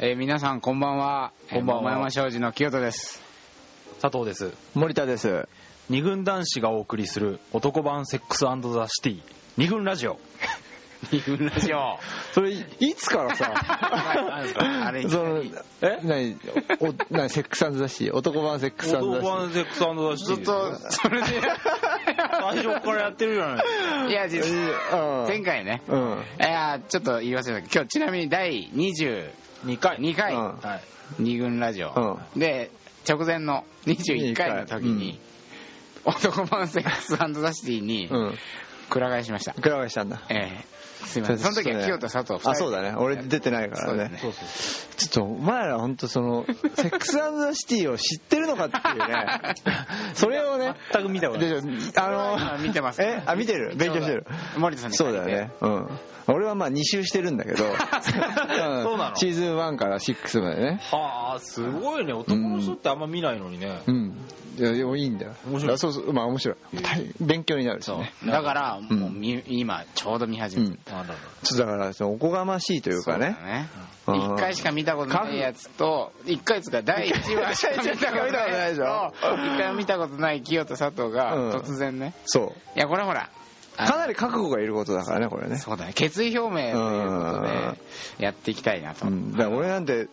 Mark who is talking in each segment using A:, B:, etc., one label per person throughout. A: えー皆さんこんばんは
B: こんばんは
A: えー桃山商事の清田です
B: 佐藤です
C: 森田です
B: 二軍男子がお送りする男版セックスザシティ二軍ラジオ
A: 二軍ラジオ
C: それいいつからさ
A: あれいき
C: そ
A: な
C: の
A: り
B: え
C: 何お何セックスだし男版セックスだ
B: 男
C: し
B: 版セックスザシ
A: ず
B: ティ
A: っとそれで
B: 最初からやってるじゃな い
A: いや実
C: うん
A: 前回ね
C: うん
A: いやーちょっと言い忘れたけど今日ちなみに第22
B: 2回
A: 回、
C: うん
B: はい
A: 二軍ラジオ、で直前の21回の時に、男版セックスザシティに
C: うん
A: くら替えしました、
C: くらがしたんだ
A: ええすいませんその時は清田佐藤二人
C: あそうだね俺出てないか
A: そうだ
C: らね
A: ね
B: そうそう
C: ちょっとお前ら本当そのセックスザシティを知ってるのかっていうねそれをね
B: 全く見たことない
C: であ
A: 今見てます
C: のえあ見てる勉強してる
A: 森田さんに
C: そう
A: 借
C: だ
A: り
C: よ
A: て
C: ねうん俺はまあ2周してるんだけどうん
B: そうなの
C: シーズン1から6までね
B: はあすごいね男の人ってあんま見ないのにね
C: うんいやでもいいんだよ
B: 面白い
C: そうそうまあ面白い大勉強になるし
A: そ
C: ね
A: うだからもうみ、今ちょうど見始めて
B: なんだろ
C: ちょっとだからそのおこがましいという
A: そう
C: か
A: だ
C: ね
A: ね
C: うん
A: 1回しか見たことないやつと1回つか第1話しか見たことないやつと1回も見たことない清田佐藤
C: うん
A: が突然ね
C: そう
A: いやこれほらあ
C: かなり覚悟がいることだからねこれね
A: そうだね決意表明ということでやっていきたいなと、
C: うん、だから俺なんて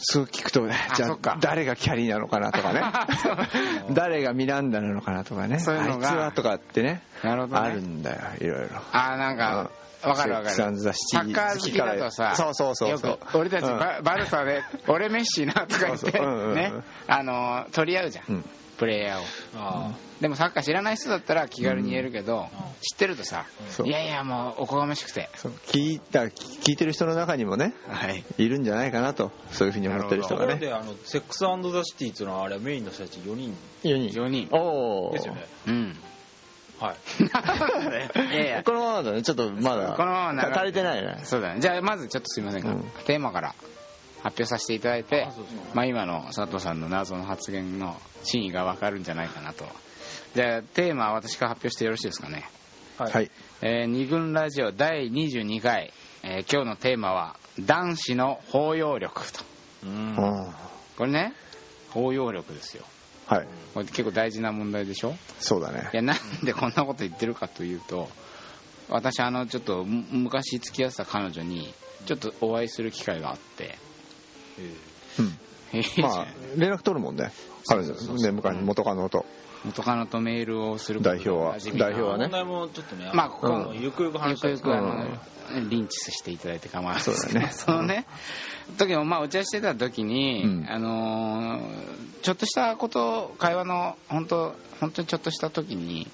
C: そう聞くとね
A: あ
C: じゃ
A: そっか
C: あ誰がキャリーなのかなとか ね誰がミランダなのかなとかね
A: そういうのが
C: あいつはとかってね
A: なるほどね
C: あるんだよいろいろ
A: ああなんか
C: うん
A: わかるわかる
C: セックスアンドザシ
A: サ
C: ティ
A: ッカー好きだとさ
C: そうそうそうそう
A: よく俺たちバ,、バルサで「俺メッシな」とか言って
C: そうそううんうんうん
A: ねあのー取り合うじゃん、
C: うん
A: プレイヤーを
B: うあ
A: でもサッカー知らない人だったら気軽に言えるけど、知ってるとさ、
C: そう
A: いやいやもうおこがましくて
C: そう聞いた聞いてる人の中にもね
A: はい
C: いるんじゃないかなとそういうふうに思ってる
B: あ
C: 人
B: とこ
C: が
B: ろ
C: ね
B: であのセックスザシティっていうのはあれメインの人たち4人
C: 4
A: 4人
C: おお
B: ですよね
A: うん
B: はい
A: いやいや
C: このままだねちょっとまだ
A: このまま長く
C: 足りてないね
A: そうだねじゃあまずちょっとすいませんが、
C: うん
A: テーマから発表させていただいて
B: あそうそう
A: まあ、今の佐藤さんの謎の発言の真意がわかるんじゃないかなとじゃあテーマは私から発表してよろしいですかね、
C: はい
A: えー二軍ラジオ第22回、えー今日のテーマは「男子の包容力」と
B: うん
C: うん
A: これね包容力ですよ
C: はい
A: これ結構大事な問題でしょ
C: そうだね
A: いやなんでこんなこと言ってるかというと私あのちょっとむ昔付き合ってた彼女にちょっとお会いする機会があって
B: え
C: うんまあ連絡取るもんね彼女ね昔元カノと
A: 元カノとメールをする
C: 代表は
A: ことが
C: 代
B: え
C: 表はね
B: 問題もちょっとね
A: まあここ
B: のゆくゆく
A: ゆ
B: 話した
A: く
B: いで
A: ゆ
B: すけ
A: く
B: ど
A: あの、リンチしていただいて構わないです
C: そうだ
A: ね、
C: ね
A: そのね時もまあお茶してた時に、
C: うん
A: あのーちょっとしたこと会話の本当本当にちょっとした時に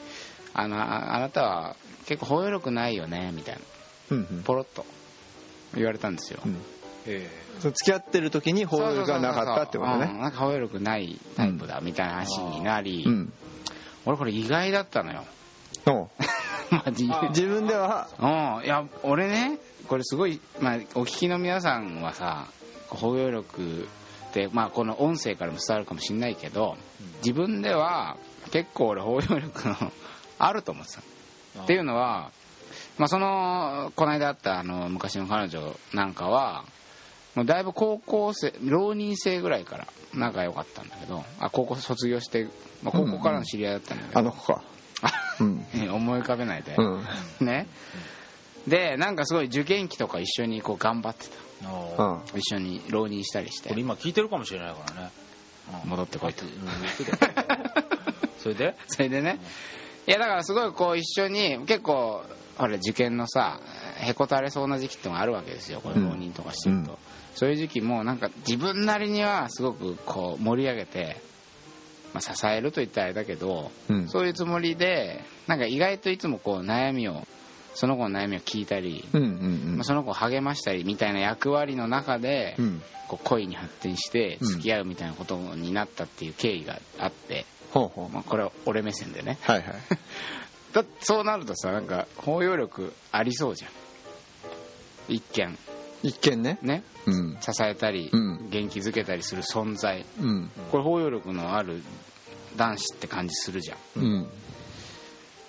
A: あのああなたは結構包容力ないよねみたいな
C: うんうん
A: ポロッと言われたんですよ、
C: うん
B: え
C: その付き合ってる時に包容がなかったってこと
A: うん
C: ね
A: なんか包容力ないタイプだみたいな話になり、
C: うん
A: 俺これ意外だったのよ
C: うん
A: マジで
B: あ
C: 自分では
A: うんいや俺ねこれすごい、まあ、お聞きの皆さんはさ包容力って、まあ、この音声からも伝わるかもしれないけど自分では結構俺包容力のあると思ってた
B: え
A: っていうのは、まあ、そのこの間あったあの昔の彼女なんかはもうだいぶ高校生浪人生ぐらいから仲良かったんだけどあ高校卒業して、まあ、高校からの知り合いだったんだけど、
C: あの子かうん
A: 思い浮かべないで、
C: うん
A: ねでなんかすごい受験期とか一緒にこう頑張ってた
B: あの
C: うん
A: 一緒に浪人したりして
B: これ今聞いてるかもしれないからね
A: 戻ってこいと
B: うん言ってた よそれで
A: それでねいやだからすごいこう一緒に結構ほら受験のさへこたれそうな時期ってのがあるわけですよこれ
C: うん
A: 浪人とかしてると、
C: うん
A: そういう時期もなんか自分なりにはすごくこう盛り上げて、まあ、支えると言ったらあれだけど、
C: うん
A: そういうつもりでなんか意外といつもこう悩みをその子の悩みを聞いたり、
C: うんうん
A: まあ、その子を励ましたりみたいな役割の中で、
C: うん
A: こう恋に発展して
C: うん
A: 付き合うみたいなことになったっていう経緯があって、
C: ほうほう
A: まあ、これは俺目線でね
C: はいはい
A: だそうなるとさなんか包容力ありそうじゃん一見
C: 一見ね
A: ね
C: うん
A: 支えたり、
C: うん
A: 元気づけたりする存在
C: うん
A: これ包容力のある男子って感じするじゃん
C: うん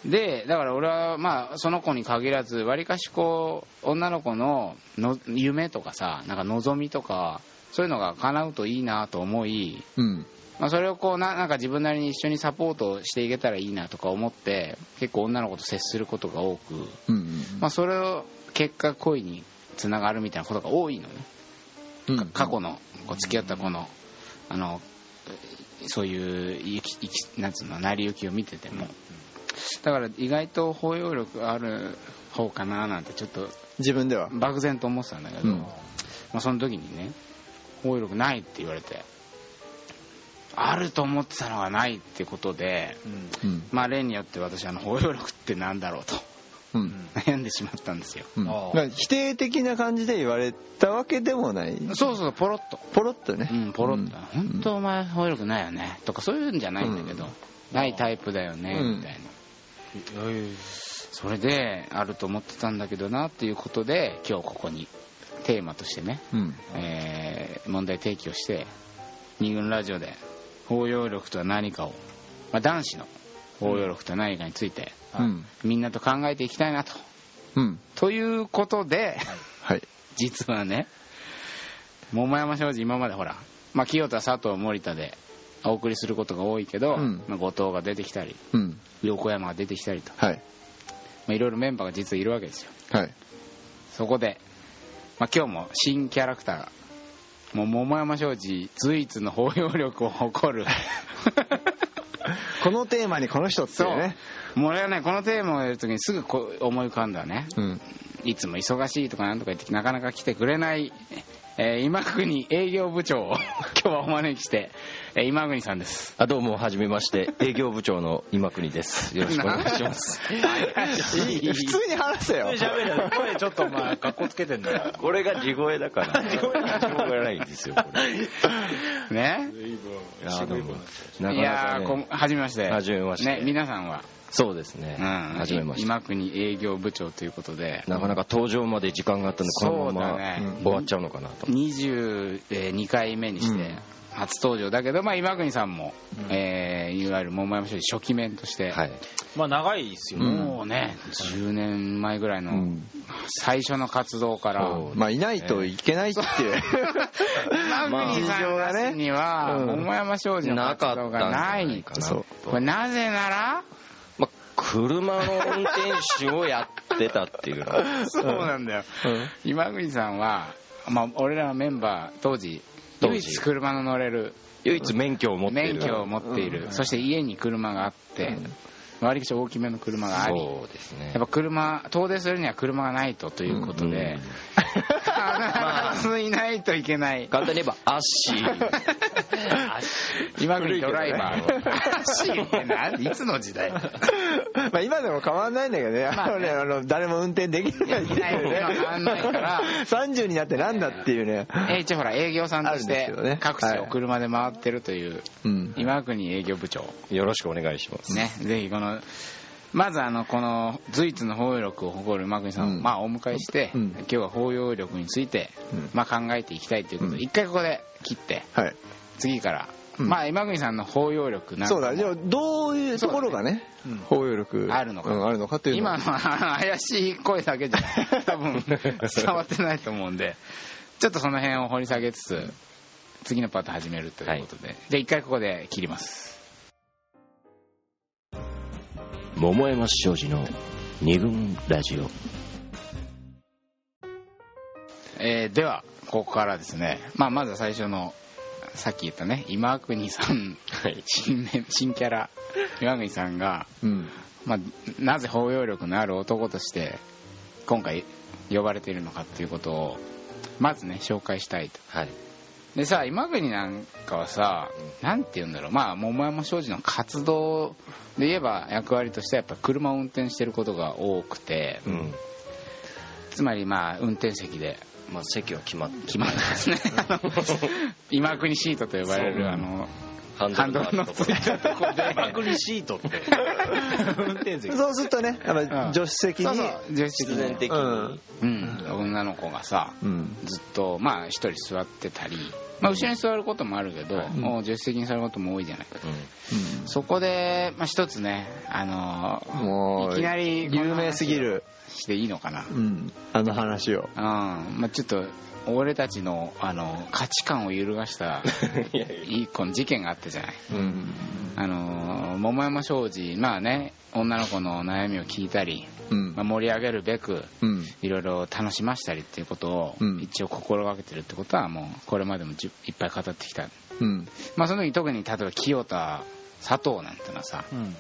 A: でだから俺はまあその子に限らずわりかしこう女の子のの夢とかさなんか望みとかそういうのが叶うといいなと思い、
C: うん
A: まあ、それをこうななんか自分なりに一緒にサポートしていけたらいいなとか思って結構女の子と接することが多く、
C: うんうん
A: まあ、それを結果恋につながるみたいなことが多いのね
C: うん
A: 過去のこう付き合った子のあのそういういきいきなんつうの成り行きを見ててもだから意外と包容力ある方かななんてちょっと
C: 自分では
A: 漠然と思ってたんだけど、
C: うん
A: まあ、その時にね包容力ないって言われてあると思ってたのがないってことで、
C: うん
A: まあ、例によって私あの包容力ってなんだろうと
C: うん
A: 悩んでしまったんですよ
C: うん
B: ああ
C: まあ否定的な感じで言われたわけでもない
A: そうそうポロッと
C: ポロッとね
A: うん、ポロッと、
C: うん
A: 本当お前包容力ないよねとかそういうんじゃないんだけど、ないタイプだよね、
C: うん
A: みたいな
B: え
A: それであると思ってたんだけどなっていうことで今日ここにテーマとしてね、
C: うん
A: えー問題提起をして二軍ラジオで包容力とは何かを、まあ、男子の包容力とは何かについて、
C: うん
A: みんなと考えていきたいなと
C: うん
A: ということで、
C: はい
A: 実はね桃山商事今までほら、まあ、清田佐藤森田でお送りすることが多いけど、
C: うん
A: まあ、後藤が出てきたり
C: うん
A: 横山が出てきたりと、ま
C: はい
A: あ、いろいろメンバーが実はいるわけですよ
C: はい
A: そこで、まあ、今日も新キャラクターがもう桃山商事随一の包容力を誇 る
C: このテーマにこの人って
A: そ
C: いううね
A: もう俺はねこのテーマをやるときにすぐこう思い浮かんだね
C: うん
A: いつも忙しいとかなんとか言ってなかなか来てくれない、えー今国営業部長を 今日はお招きして、えー今国さんです。
D: あどうもはじめまして営業部長の今国ですよろしくお願いします
C: いい普通に話せよ
B: 喋る声ちょっとまあ格好つけてん だよ
D: これが地声 だから地声がないんですよこれい
A: ね。
D: やでもないか
A: や
D: な
A: ー
D: か、
A: こ
D: ね、
A: ん、はじめまして。
D: はじめまして
A: ね、皆さんは、
D: そうですね
A: うん、
D: はじめまして
A: 今国営業部長ということで、
D: なかなか登場まで時間があったのでこのま
A: そうだ
D: ま
A: ね
D: うん終わっちゃうのかなと
A: 22回目にして、
C: うん
A: 初登場だけど、まあ、今国さんも、えーいわゆる桃山署に初期面として、
D: はい
B: まあ長いですよね
A: もうね、10年前ぐらいの
C: ん
A: 最初の活動から、
C: まあいないといけないっていう
A: マグニさんなしには
C: うん
A: 桃山商事の活動がない
D: なかったんじゃないかな
C: そう
A: これなぜなら
D: まあ車の運転手をやってたっていうの は
A: そうなんだよ今国さんは、まあ、俺らのメンバー当時
D: 当時
A: 唯一車の乗れる
D: 唯一免許を持ってい
A: 免
D: る
A: 許を持っている、そして家に車があって、割り口大きめの車があり
D: そうですね
A: やっぱ車遠出するには車がないとということで、 必ずいないといけない
D: 簡単に言えばアッシー
A: 今国ドライバーシーンって何いつの時代
C: まあ今でも変わんないんだけどね,、あ、のねあの誰も運転できないって
A: で
C: いう
A: きない
C: ね
A: 変わんないから
C: 30になってなんだっていうね
A: えー一応ほら営業さんとして
C: あるんですけどね
A: 各地を車で回ってるという
C: うん
A: 今国営業部長
D: よろしくお願いします
A: ねぜひこのまずあのこの随一の包容力を誇る今国さんを
C: うん
A: まあお迎えして
C: うん
A: 今日は包容力について
C: うん
A: まあ考えていきたいということ
C: う
A: で
C: ん
A: 一回ここで切って
C: はい
A: 次から
C: うん
A: まあ今国さんの包容力なんか
C: そ
A: も
C: うだじゃあどういうところがね包容力
A: あるのか
C: うんあるのかっていうの
A: 今のあ の怪しい声だけじ ゃ多分伝わってないと思うんでちょっとその辺を掘り下げつつ次のパート始めるということで、で一回ここで切ります
D: 桃山庄司の二軍ラジオ
A: えーではここからですね、まあ、まずは最初のさっき言ったね今国さん、新面新キャラ今国さんが、
C: うん
A: まあ、なぜ包容力のある男として今回呼ばれているのかっていうことをまずね紹介したいと
D: はい
A: でさ今国なんかはさなんて言うんだろうまあ桃山商事の活動で言えば役割としてはやっぱ車を運転してることが多くて、
D: うん
A: つまりまあ運転席で
D: まあ席は決まって
A: 決まるんですねあの今国シートと呼ばれるあの
D: ハ
A: ハンドルのついたとこで
B: マグリシートって運転席
C: そうするとねやっ
A: う
C: ぱ
A: ん
C: 助手席に
A: そうそう助手席
D: 必然
A: で、
D: 的に
A: うん、女の子がさ
C: うん
A: ずっとまあ一人座ってたり、まあ、後ろに座ることもあるけど、もう助手席に座ることも多いじゃないそこで、まあ、一つね、あのー
C: もう
A: いきなり
C: 有名すぎる
A: していいのかな、うん
C: うんあの話を
A: まあ、ちょっと俺たちのあの価値観を揺るが した
D: いやいや
A: いいこの事件があったじゃない
C: うん
A: あの桃山商事まあね女の子の悩みを聞いたり、
C: うん
A: まあ、盛り上げるべく
C: うん
A: いろいろ楽しましたりっていうことを
C: うん
A: 一応心がけてるってことはもうこれまでもじゅいっぱい語ってきた
C: うん
A: まあその時に特に例えば清田佐藤なんてのはさ
B: うん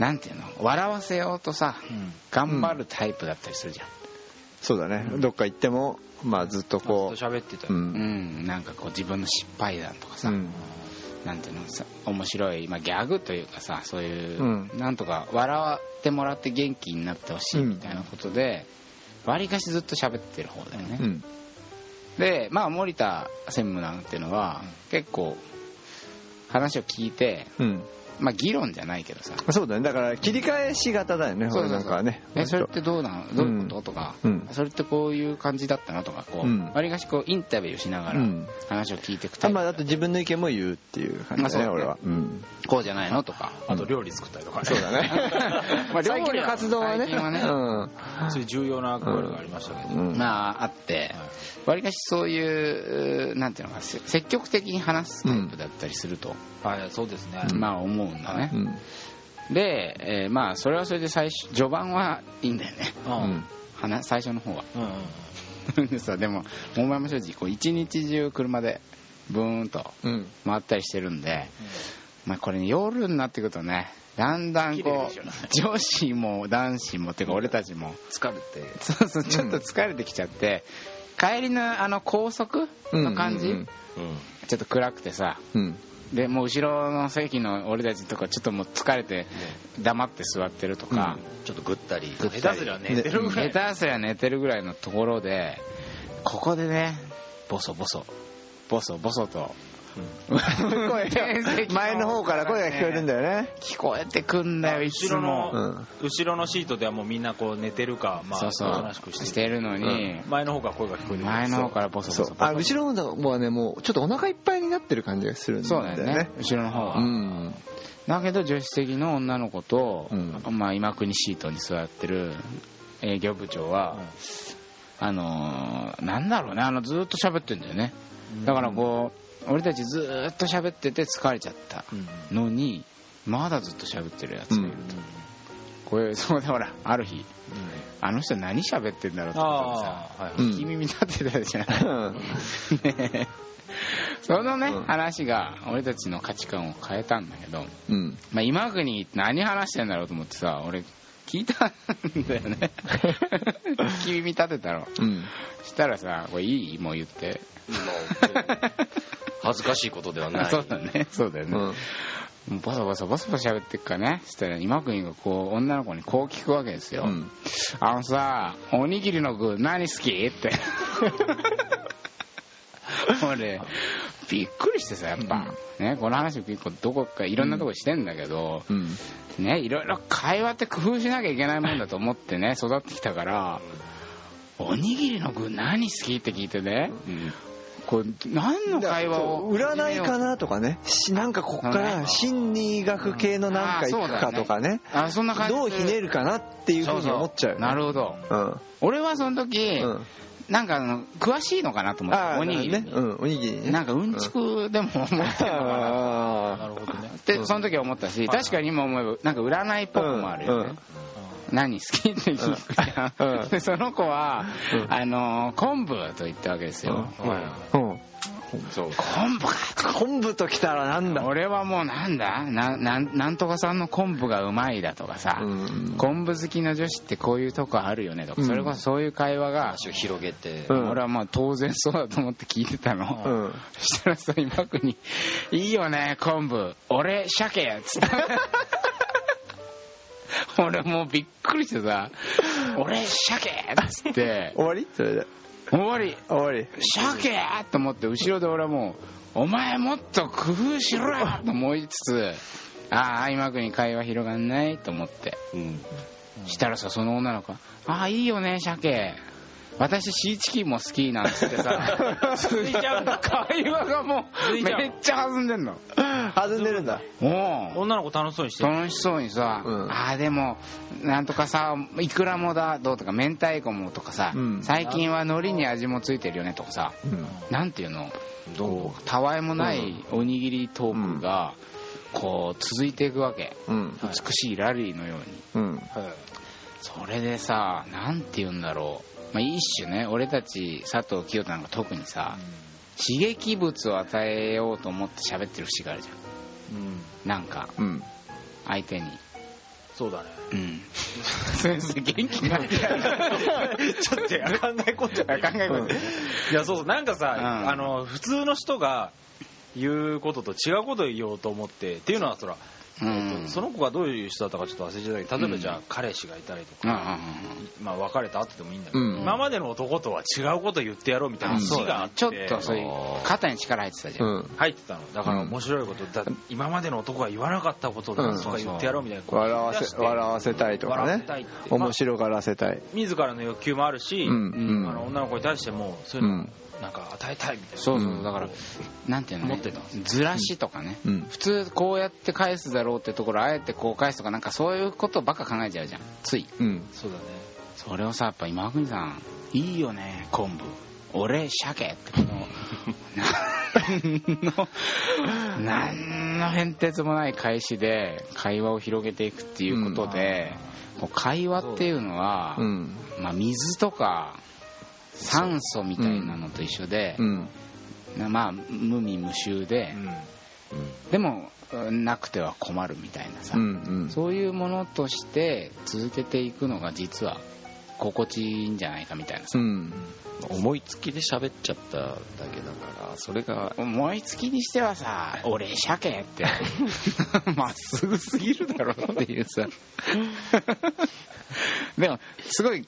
A: なんていうの笑わせようとさ
B: うん
A: 頑張るタイプだったりするじゃん
C: そうだねどっか行ってもまあずっとこ
B: ずっと喋ってた
C: うう
B: よ
A: うんんなんかこう自分の失敗談とかさ、
C: うん
A: なんていうのさ面白い、まあ、ギャグというかさそういう、
C: うん
A: なんとか笑ってもらって元気になってほしい
C: うん
A: みたいなことでわりかしずっと喋ってる方だよね、
C: うん
A: でまあ森田専務なんていうのは結構話を聞いて
C: うん
A: まあ議論じゃないけどさ
C: そうだねだから切り返し型だよね
A: そう
C: 俺
A: そ
C: な
A: うんそ
C: かは
A: う
C: ね
A: えそれってどうなのどういうこと、とか、
C: うん
A: それってこういう感じだったのとかこう、
C: うん
A: わりかしこうインタビューしながら
C: うん
A: 話を聞いていくタ
C: あ
A: イプ、
C: まあだと自分の意見も言うっていう感じだね
A: まあそう
C: 俺はうん
A: こうじゃないのとか
B: あと料理作ったりとかね
C: そうだ ね
A: まあ
C: 最近の活動はね
A: 最近はね
B: そういう 重要なゴールがありましたけど、
C: うんうん
A: まああって
B: はい
A: わりかしそういうなんていうのかなせ積極的に話すタイプだったりすると、
B: はい、そうですね、
A: まあ思うんだね
C: う、ん
A: で、えーまあそれはそれで最初序盤はいいんだよね
B: うんうん
A: 話最初の方は
B: うん
A: でさでも桃山正直こう一日中車でブーンと
C: うん
A: 回ったりしてるんで、まあこれね夜になってくるとねだんだんこ
B: 切れるで
A: う女子も男子もっていうか俺たちも
B: 疲れて
A: そうそうちょっと疲れてきちゃって、帰りのあの高速の感じ、
C: うんうん
D: うん
A: ちょっと暗くてさ
C: うん
A: でもう後ろの席の俺たちとかちょっともう疲れて黙って座ってるとか、
D: ちょっとぐったり
B: 下手すりゃ寝てるぐら
A: 下
B: い
A: 手すりゃ寝てるぐらいのところでここでねボソボソボソボソと、
C: 前の方から声が聞こえるん
A: だ
C: だよね
A: 聞こえてくんだよいつ
B: 後ろ
A: も、
B: の、後ろのシートではもうみんなこう寝てるかまあ
A: そうそ
B: おとな
A: う
B: しくして
A: してるのに、
B: 前の方から声が聞こえてくる
A: 前の方からボソボソ
C: そ
A: ボ
C: う
A: ソ
C: あ後ろの方はねもうちょっとお腹いっぱいになってる感じがするんだ
A: そ
C: よ
A: うだ
C: ね
A: よね後ろの方は、
C: うん
A: だけど助手席の女の子と、
C: うん
A: まあ、今国シートに座ってる営業部長は、あのーなんだろうねあのずーっと喋ってんだよねだからこう、俺たちずーっと喋ってて疲れちゃった
B: うん
A: のにまだずっと喋ってるやつがいると、これそうだほらある日あの人何喋ってんだろうってことでさ
B: ああはい、
C: うん
A: 聞き耳立ってたじゃん
C: うん
A: ねそのね、
C: うん
A: 話が俺たちの価値観を変えたんだけど、
C: うん
A: まあ、今国何話してんだろうと思ってさ俺聞いたんだよね聞き耳立てたろ
C: うん
A: したらさ「これいい?」もう言って
D: 恥ずかしいことでは
A: あ
D: ない
A: そうだねそうだよ
C: う
A: ね、
C: ん
A: もうボソボソボソボソ喋ってっからねしたら今国がこう女の子にこう聞くわけですよ、
C: うん
A: あのさおにぎりの具何好きって俺びっくりしてさやっぱ、ね、この話を結構どこかいろんなとこしてんだけど、
C: うん
A: ね、いろいろ会話って工夫しなきゃいけないもんだと思ってね育ってきたからおにぎりの具何好きって聞いてね、これ何の会話を
C: 占いかなとかねしなんかここから心理学系のなんか行くかとかね
A: あそんな感じ
C: どうひねるかなっていうふうに思っちゃうよね
A: なるほど俺はその時、
C: うんうん
A: なんかあの詳しいのかなと思って
C: ああ
A: おにぎり
C: ねうんおにぎりね
A: なんかうんちくでも思ってるのかな
C: あ
B: なるほ どね
A: ってその時は思ったし確かに今思えばなんか占いっぽくもあるよね、
C: うん
A: 何好きって聞くじゃん、
C: うん
A: でその子は、あのー昆布と言ったわけですよ、
C: あうん
D: そう
A: 昆布か
C: 昆布ときたらなんだ
A: 俺はもうなんだななんなんとかさんの昆布がうまいだとかさ、
C: うん
A: 昆布好きの女子ってこういうとこあるよねとか、
C: うん
A: それこそそういう会話が、
D: 足を広げて
C: うん
A: 俺はまあ当然そうだと思って聞いてたの、
C: うん
A: したらさ今国「いいよね昆布俺鮭 や」っつった俺もうびっくりしてさ「俺鮭」っつって
C: 終わりそれで
A: 「終わり
C: 終わり
A: 鮭や!」と思って後ろで俺はもう「お前もっと工夫しろよ!」と思いつつああ今国会話広がんないと思って
D: うん
A: したらさその女の子が「ああいいよね鮭私シーチキンも好きなんつって さ通じちゃう と会話がもう
B: 通じちゃう
A: めっちゃ弾んでんの
C: 弾んでるんだ
A: もう
B: 女の子楽しそうにしてる
A: 楽しそうにさ「
C: うん
A: ああでもなんとかさいくらもだどう」とか「明太子も」とかさ、
C: うん
A: 最近は海苔に味もついてるよね」とかさ
C: うん
A: なんていうのこうたわいもないおにぎりトークがこう続いていくわけ
C: うん
A: 美しいラリーのように
C: うん
A: それでさなんて言うんだろう、まあ、一種ね俺たち佐藤清太なんか特にさ刺激物を与えようと思って喋ってる節があるじ
B: うん
A: ゃんなんか
C: うん
A: 相手に
B: そうだね
A: うん先生元気ない
B: ちょっとやかんないことじゃない
A: 考え事
B: いやそうそうなんかさ、
A: うん
B: あの普通の人が言うことと違うことを言おうと思ってっていうのはそら、
A: うんうん
B: えっとその子がどういう人だったかちょっと忘れちゃったけど例えばじゃあ、
A: うん
B: 彼氏がいたりと
A: うんう
B: か、
A: ん
B: まあ、別れた後でもいいんだけど、
C: うん
B: 今までの男とは違うことを言ってやろうみたいな節があって、
A: ちょっとそういう
D: あー
A: 肩に力入ってたじゃん、
C: うん
B: 入ってたのだから面白いことだ、今までの男が言わなかったこと
C: う
B: を
C: ん
B: とか言ってやろうみたいな、
C: 笑わせ笑わせたいとか
B: 笑
C: ね
B: いたいって
C: 面白がらせたい
B: 自らの欲求もあるし、
C: うんうん
B: あの女の子に対してもそういうの
C: う
B: を
C: ん
B: なんか与えたいみたいな、
A: そうそう、
C: うん
A: だからなんていうの、ね、
B: 持ってたんです
A: ずらしとかね、
C: うん
A: 普通こうやって返すだろうってところあえてこう返すとかなんかそういうことばっか考えちゃうじゃんつい
C: うん
B: そうだね
A: それをさやっぱ今国さんいいよね昆布俺鮭ってこ の何の何の変哲もない返しで会話を広げていくっていうことで、こう会話っていうのは、
C: うん
A: まあ、水とか酸素みたいなのと一緒で、
C: うん
A: まあ無味無臭で、でもうんなくては困るみたいなさ、
C: うんうん
A: そういうものとして続けていくのが実は心地いいんじゃないかみたいな
C: う
A: さ、
C: ん
D: 思いつきで喋っちゃっただけだからそれが
A: 思いつきにしてはさ「俺鮭」って まっすぐすぎるだろうっていう さでもすごい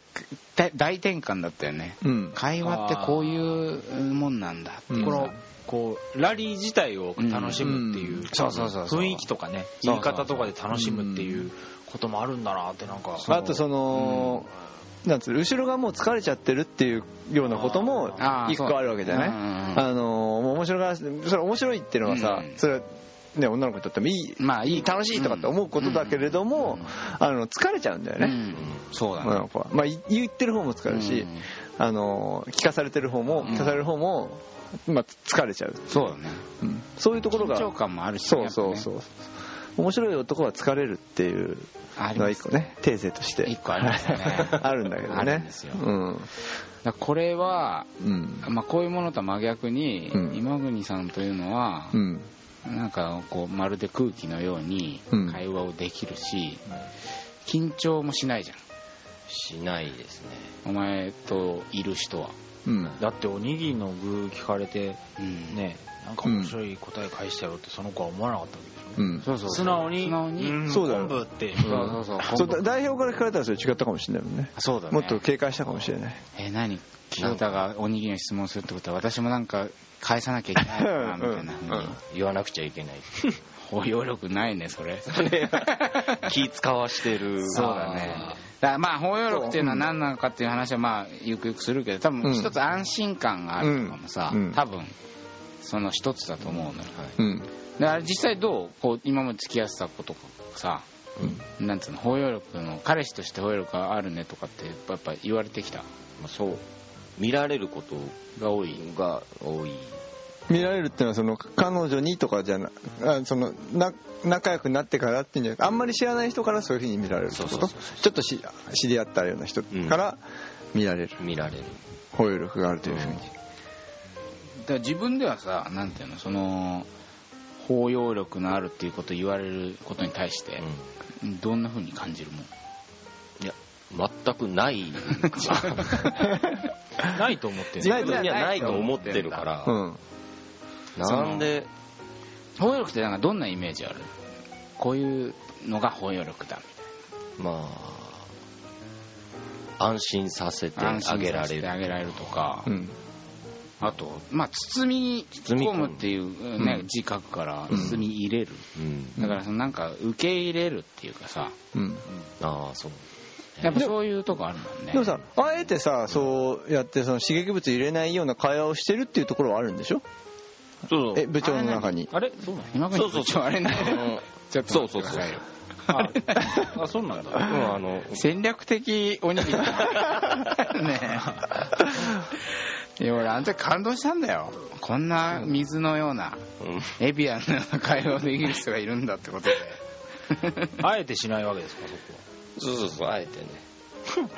A: 大大転換だったよね
C: うん
A: 会話ってこういうもんなんだっていううんさ
B: このこうラリー自体を楽しむっていううん
A: そうそうそうそう
B: 雰囲気とかね
A: そうそ
B: 言いう
A: そう
B: 方とかで楽しむっていうこともあるんだなってなんか
C: あとその、なんつうの後ろがもう疲れちゃってるっていうようなことも
A: あー
C: 一個あるわけじゃない
A: そううんうんうん
C: あのーもう面白がらせそれ面白いっていうのはさ、
A: うん
C: それはね女の子にとってもいい
A: まあいい
C: 楽しいとかって思うことだけれども、あの疲れちゃうんだよ
A: うんう
C: ね、
A: んそうだね
C: 女の子は、まあ、い言ってる方も疲れるし、
A: うん
C: あのー聞かされてる方も
A: ん
C: 聞かされる方も、まあ、疲れちゃう、
A: そうだね
C: うんそういうところ
A: 緊
C: が
A: 張感もあるしね
C: そうそうそう、面白い男は疲れるってい
A: やっ
C: う
A: ぱねあり
C: のが
A: ま
C: 一
A: す
C: 個ね訂正とし て
A: 一個ありますよねだか
C: あるんだけどね
A: あるんですよ
C: うん
A: らこれは
C: うん
A: まあ、こういうものとは真逆に、
C: うん
A: 今国さんというのは
C: う、ん
A: なんかこうまるで空気のように
C: うん
A: 会話をできるし、緊張もしないじゃ
D: しないです
A: ん
D: ね
A: お前といる人は、
C: うん
B: だっておにぎりの具聞かれて
A: うん
B: ねなんか面白い答え返してやろうってその子は思わなかったわけでしょ
C: うん
A: そうそうそう
B: 素直に
A: 素直に、
B: ん
C: そうだよ
B: 昆布って
A: そうそうそう
C: そうだ代表から聞かれたらそれ違ったかもしれないもんね
A: あそうだね
C: もっと警戒したかもしれない
A: え何清太がおにぎりの質問するってことは私もなんか返さなきゃいけないなみたいなふうに、
D: 言わなくちゃい けない
A: 包容力ないねそれ
D: 気使わしてる
A: そうだねだからまあ包容力っていうのは何なのかっていう話はまあゆくゆくするけど多
C: うん
A: 分一つ安心感があるとかもさ、
C: うん
A: 多分その一つだと思うのよ、
C: うん
A: であれ実際どうこう今まで付き合ってた子とかさ、なんつうの包容力の彼氏として包容力があるねとかってやっぱやっぱ言われてきた
D: まあそう見られること
A: が多い
D: が多い
C: 見られるってのはその彼女にとかじゃなあそのな仲良くなってからっていうんじゃなくてあんまり知らない人からそういうふうに見られるってことちょっとし知り合ったような人から見られる
D: 見られる
C: 包容力があるというふうに
A: だから自分ではさなんていうのその包容力のあるっていうことを言われることに対して、どんなふうに感じるもん
D: いや全くない
B: ないと思って
C: ない
D: 自分にはないと思ってるか
C: う
D: ら
C: ん
D: なんで
A: 包容力ってなんかどんなイメージあるこういうのが包容力だ
D: まあ安心させてあ
A: 安心
D: げら
A: さ
D: れ
A: せてあ
D: る
A: げられるとか
C: うん
A: あと、まあ、包み
D: み込
A: 込
D: む
A: むっていう、ね字書くから包み入れる、
D: うん
A: だからそのなんか受け入れるっていうかさ
C: うん
D: ああそう
A: やっぱそういうとこあるもんね
C: でもさあえてさそうやってその刺激物入れないような会話をしてるっていうところはあるんでしょ
D: そう
C: え部長の中に
B: あれそうなの
A: 今
D: そうそうそう
A: ちょっとあれねちょっと
D: そう
A: 待
D: そ
A: っ
D: う
A: てく
D: そう
A: ださいよ
B: ああそうなんだ
D: うんあの
A: 戦略的おにぎりねえいや俺あんた感動したんだよこんな水のような
D: うん
A: エビアンのような会話をできる人がいるんだってことで
B: あえてしないわけですかそこ
D: そうそうそうあえてね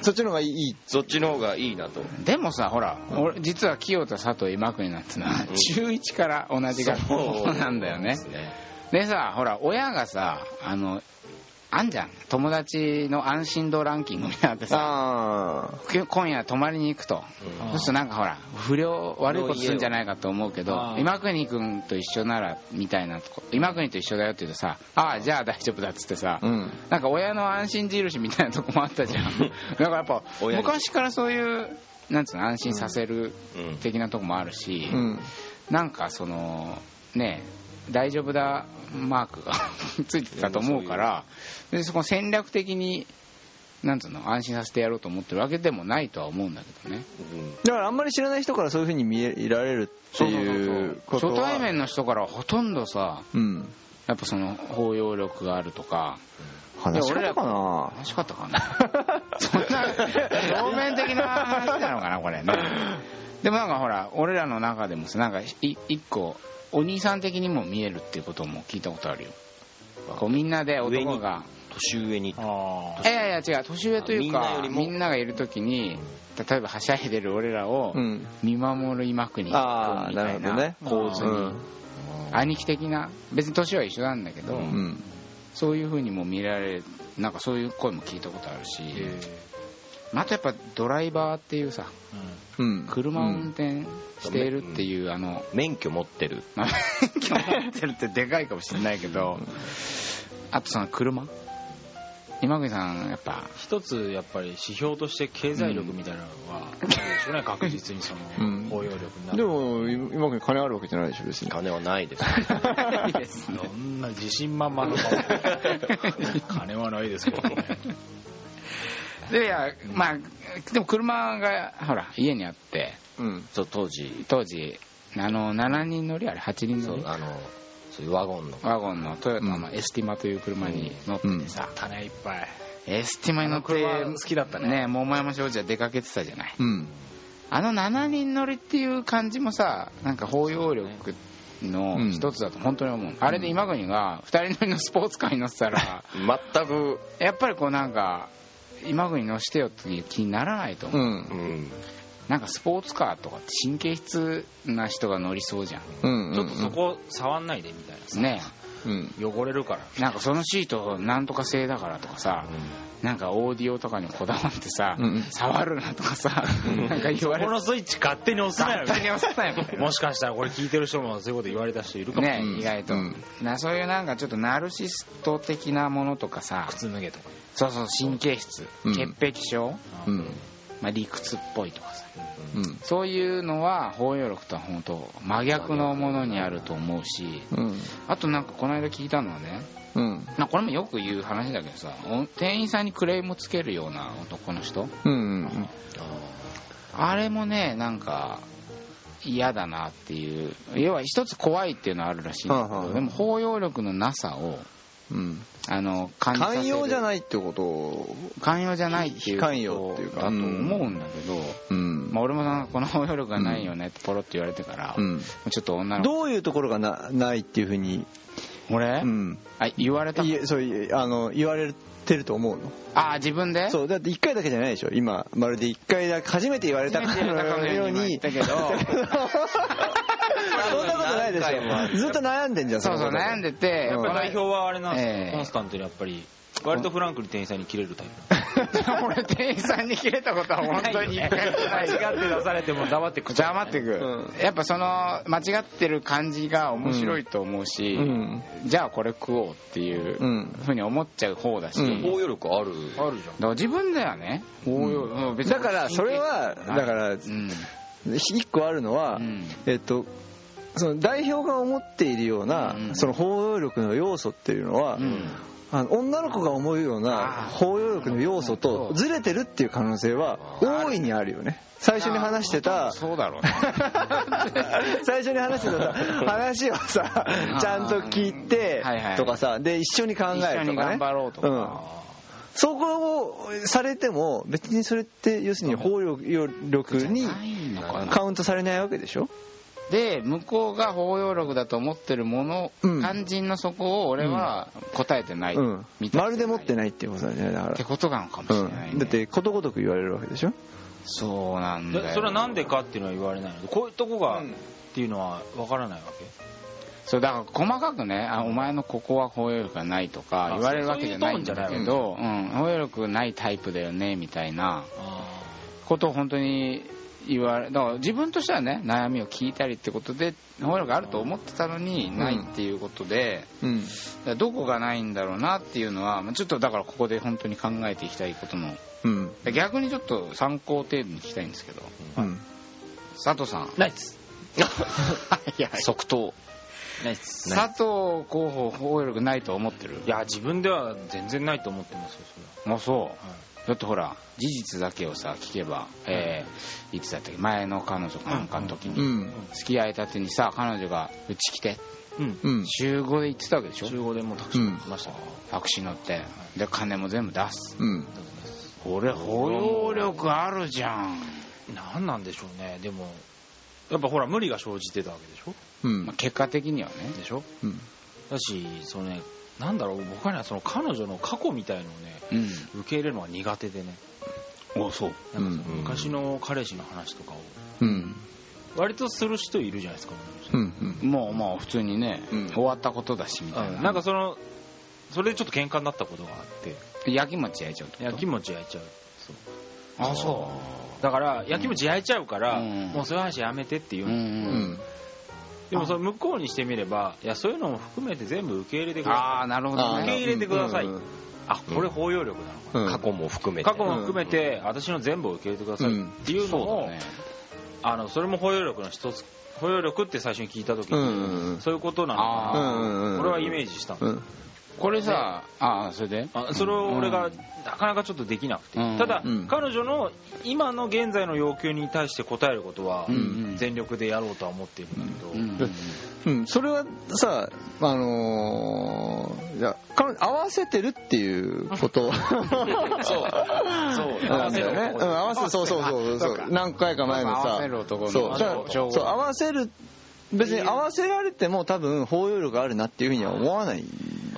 C: そっちの方がいい
D: そっちの方がいいなと
A: でもさほら俺実は清田佐藤今国なんてのは中1から同じ学校なんだよね
D: そうです
A: でさほら親がさあのあんじゃん友達の安心度ランキングみたいなのあってさ
C: ああ
A: 今夜泊まりに行くと、
B: うん
A: そうするとなんかほら不良悪いことするんじゃないかと思うけ
B: あ
A: ど
B: ー
A: 今国君と一緒ならみたいなとこ今国と一緒だよって言うとさああじゃあ大丈夫だっつってさ、
C: うん
A: なんか親の安心印みたいなとこもあったじゃんだからやっぱ
D: 親に
A: 昔からそういうなんつうの安心させる
D: うん
A: 的なとこもあるし、
C: うん
A: なんかそのね大丈夫だマークが ついてたと思うからでそこ戦略的になんつうの安心させてやろうと思ってるわけでもないとは思うんだけどね
D: うん
C: だからあんまり知らない人からそういうふうに見えられるっていうことは
A: 初対面の人からほとんどさ
C: うん
A: やっぱその包容力があるとか
C: 話し方かな
A: 楽しかったか なそんな表面的な話なのかなこれねでもなんかほら俺らの中でもさなんかい一個お兄さん的にも見えるっていうことも聞いたことあるよこうみんなで男が
D: 年上に
B: あ
A: いやいや違う年上という
D: あみんな
A: か
D: よりも
A: みんながいる時に例えばはしゃいでる俺らを
C: うん
A: 見守る今国
C: ああなるほどね
A: 構図
C: う
A: に
C: ん
A: 兄貴的な別に年は一緒なんだけど、
C: うん
A: そういう風にも見られるなんかそういう声も聞いたことあるし、まあ、あとやっぱドライバーっていうさ
C: うん
A: 車を運転しているっていう、あ の
D: 免許持ってる
A: まあ免許持ってるってでかいかもしれないけどあとその車今国さんやっぱ
B: 一つやっぱり指標として経済力みたいなのはあるでしょうね確実にその
C: うん
B: 包容力にな
C: で
B: る
C: も今君金あるわけじゃないでしょ別に
D: 金はな いです
A: ないですね
B: そんな自信満々の顔金はないですけどね
A: でいやまあでも車がほら家にあって
C: うん
D: そう当時
A: 当時あの7人乗りあれ8人
D: そ
A: 乗
D: う
A: り
D: あのそういうワゴンの
A: ワゴンのトヨタのエスティマという車に乗っててさ、
B: 種いっぱい
A: エスティマに乗って
B: あの車好きだったね
A: ね桃山商事は出かけてたじゃない
C: うん
A: あの7人乗りっていう感じもさなんか包容力の一つだと本当に思う、あれで今国が2人乗りのスポーツカーに乗ってたら
D: 全く
A: やっぱりこうなんか今国乗してよっていう気にならないと思
C: う
A: う、
C: ん
D: うん
A: なんかスポーツカーとかって神経質な人が乗りそうじゃん
C: うん
B: ちょっとそこ触んないでみたいなさ
A: ね
C: うん
B: 汚れるから
A: なんかそのシートなんとか製だからとかさ、なんかオーディオとかにこだわってさ、
C: うん
A: 触るなとかさ、なんか言われ
B: こ
A: て
B: のスイッチ勝手に押すなよ
A: 勝手に押すなよみたいな
B: もしかしたらこれ聞いてる人もそういうこと言われた人いるかも
A: ね、
C: うん
A: 意外と、
C: うん
A: なそういうなんかちょっとナルシスト的なものとかさ
B: 靴脱げとか
A: そうそう神経質、
C: うん
A: 潔癖症、
C: うん
A: まあ、理屈っぽいとかさ
C: うん
A: そういうのは包容力とは本当真逆のものにあると思うし
C: うん
A: あとなんかこの間聞いたのはね
C: うん
A: まあこれもよく言う話だけどさお店員さんにクレームつけるような男の人
C: うん
A: あれもねなんか嫌だなっていう要は一つ怖いっていうのはあるらしいんだけ
C: はあは
A: ど
C: あ
A: でも包容力のなさを
C: うん
A: あの感じさせる
C: 寛容じゃないってこと
A: 寛容じゃないっていう
C: 非寛容っていう
A: ことだ
C: か
A: と思うんだけど、
C: うん
A: まあ、俺もなんかこの包容力がないよねってポロって言われてから、
C: うん
A: ちょっと女の子
C: どういうところがなないっていうふうに、
A: 俺、
C: うん、
A: あ言われた
C: いえそういえあの言われてると思うの
A: あ自分で
C: そうだって1回だけじゃないでしょ今まるで1回だけ初めて言われたか
A: 初めて言われたか
C: の
A: の
C: よ
A: よ
C: う
A: う
C: に
A: に
C: そんなことないでし
D: 何回もあ
C: ょずっと悩んでんじゃん
A: そうそう悩ん
C: で
A: でて、
C: うん
A: こ
B: や
A: の
B: っぱ代 表はあれなんですか、
A: ええ
B: コンスタントにやっぱり割とフランクに店員さんに切れるタイプ
A: 俺店員さんに切れたことは本当に一回もない
B: 間 違って出されても黙ってく
A: 邪魔ってく、
C: う
A: やっぱその間違ってる感じが面白いと思うし、
C: うん
A: じゃあこれ食おうっていう
C: うん
A: ふうに思っちゃう方だし、
C: うん
A: だか
D: 包容力あ
B: あ
D: る
B: るじゃん
A: ら自分ではね、うん別に
C: だからそれはだから
A: うん
C: 1個あるのは、
A: うん
C: えっとその代表が思っているような、
A: うん
C: その包容力の要素っていうのは、
A: うん
C: あの女の子が思うような
A: あー
C: 包容力の要素とずれてるっていう可能性は大いにあるよね最初に話してた
A: そうだろうね
C: 最初に話してたさ話をさちゃんと聞いて
A: はいはい
C: とかさで一緒に考え
A: 一緒
C: ると
A: に
C: か
A: 頑
C: ね
A: 張ろうと
C: うん
A: か、
C: そこをされても別にそれって要するに包容力に
A: ないのかな
C: カウントされないわけでしょ
A: で向こうが包容力だと思ってるもの、
C: うん
A: 肝心のそこを俺は答えてない、
C: うん
A: 満たせ
C: まるで持ってないっていうことだよねだか
A: って
C: ら
A: ことなのかもしれない、ね
C: うんだってことごとく言われるわけでしょ
A: そうなんだよ
B: えそれはなんでかっていうのは言われないのこういうとこがっていうのは分からないわけ
A: そうだから細かくねあお前のここは包容力がないとか
B: あ
A: 言われるわけじゃないんだ
B: そう
A: け
B: いう
A: どうん、包容力ないタイプだよねみたいな
B: あ
A: ことを本当に言われだから自分としてはね悩みを聞いたりってことで包容力あると思ってたのにないっていうことで、
C: うん
A: だからどこがないんだろうなっていうのはまあちょっとだからここで本当に考えていきたいことの
C: うん
A: 逆にちょっと参考程度に聞きたいんですけど
C: うん
A: 佐藤さ ん
B: ナイツ
A: いや
D: 即答
B: ナイツ
A: 佐藤候補包容力ないと思ってる
B: いや自分では全然ないと思ってますよ
A: もうそう
B: そ
A: だ
B: れは、
A: ってほら事実だけをさ聞けば、えーいつだったっけ前の彼女かなんかの時
C: う
A: に
C: ん
A: 付き合いたてにさ彼女がうち来て
B: うん
C: うん
A: 週5で行ってたわけでしょ
B: 中古でもうたく
C: う
B: さん
C: ん
B: 来ましたけど
A: タクシー乗ってで金も全部出す
C: うん
A: 俺包容力あるじゃん、
B: 何なんでしょうねでもやっぱほら無理が生じてたわけでしょ
C: うん
A: まあ、結果的にはね
B: でしょ
C: うん
B: だしそのねなんだろう僕はねその彼女の過去みたいのをね
A: う
B: 受け入れるのは苦手でね
A: んおそう
B: なんかその
D: うん
B: 昔の彼氏の話とかを
C: うん
B: 割とする人いるじゃないですか、
C: うんうん
A: もうまあ普通にね、
C: うん
A: 終わったことだしみたいな、
B: なんかそのそれでちょっと喧嘩になったことがあって
A: やきもち焼いちゃうってこと
B: やきもち焼いちゃう
A: あそ
B: だからやきもち焼いちゃうから、
A: うん
B: もうそういう話やめてっていうう、
A: うん
C: う
A: うん
C: ん
B: でもその向こうにしてみればいやそういうのも含めて全部受け入れてくだ
A: あ
B: さ
A: あ
B: い
A: なるほ
C: あ
A: ど
C: ー
B: 受け
A: ね
B: 入れてください
C: うん
B: あこれ包容力なのか
C: うん
D: 過去も含めて
B: 過去も含めて私の全部を受け入れてくださいっていうの
A: そう
B: も、
A: だね
B: あのそれも包容力の一つ包容力って最初に聞いた時
C: う
B: に、
C: んうんうん
B: そういうことなのか
A: あ
B: な
A: ー
C: うんうん
B: 俺はイメージしたの、
C: うん
A: これさああそれで
B: あそれを俺がなかなかちょっとできなくて、
A: うん
B: ただ、
C: うん
B: 彼女の今の現在の要求に対して応えることは
A: うん
B: 全力でやろうとは思っているんだけど、
A: うんうん
C: うん、それはさ、あのー、いや彼女合わせてるっていうこと
D: そう
C: なんだよね。うん、合わせ、そうそうそうそう何回か前の
A: 合わ
C: さ
A: せる男、の
C: そう、だから
A: 情報
C: そう合わせる、別に合わせられても多分包容力あるなっていうふうには思わない。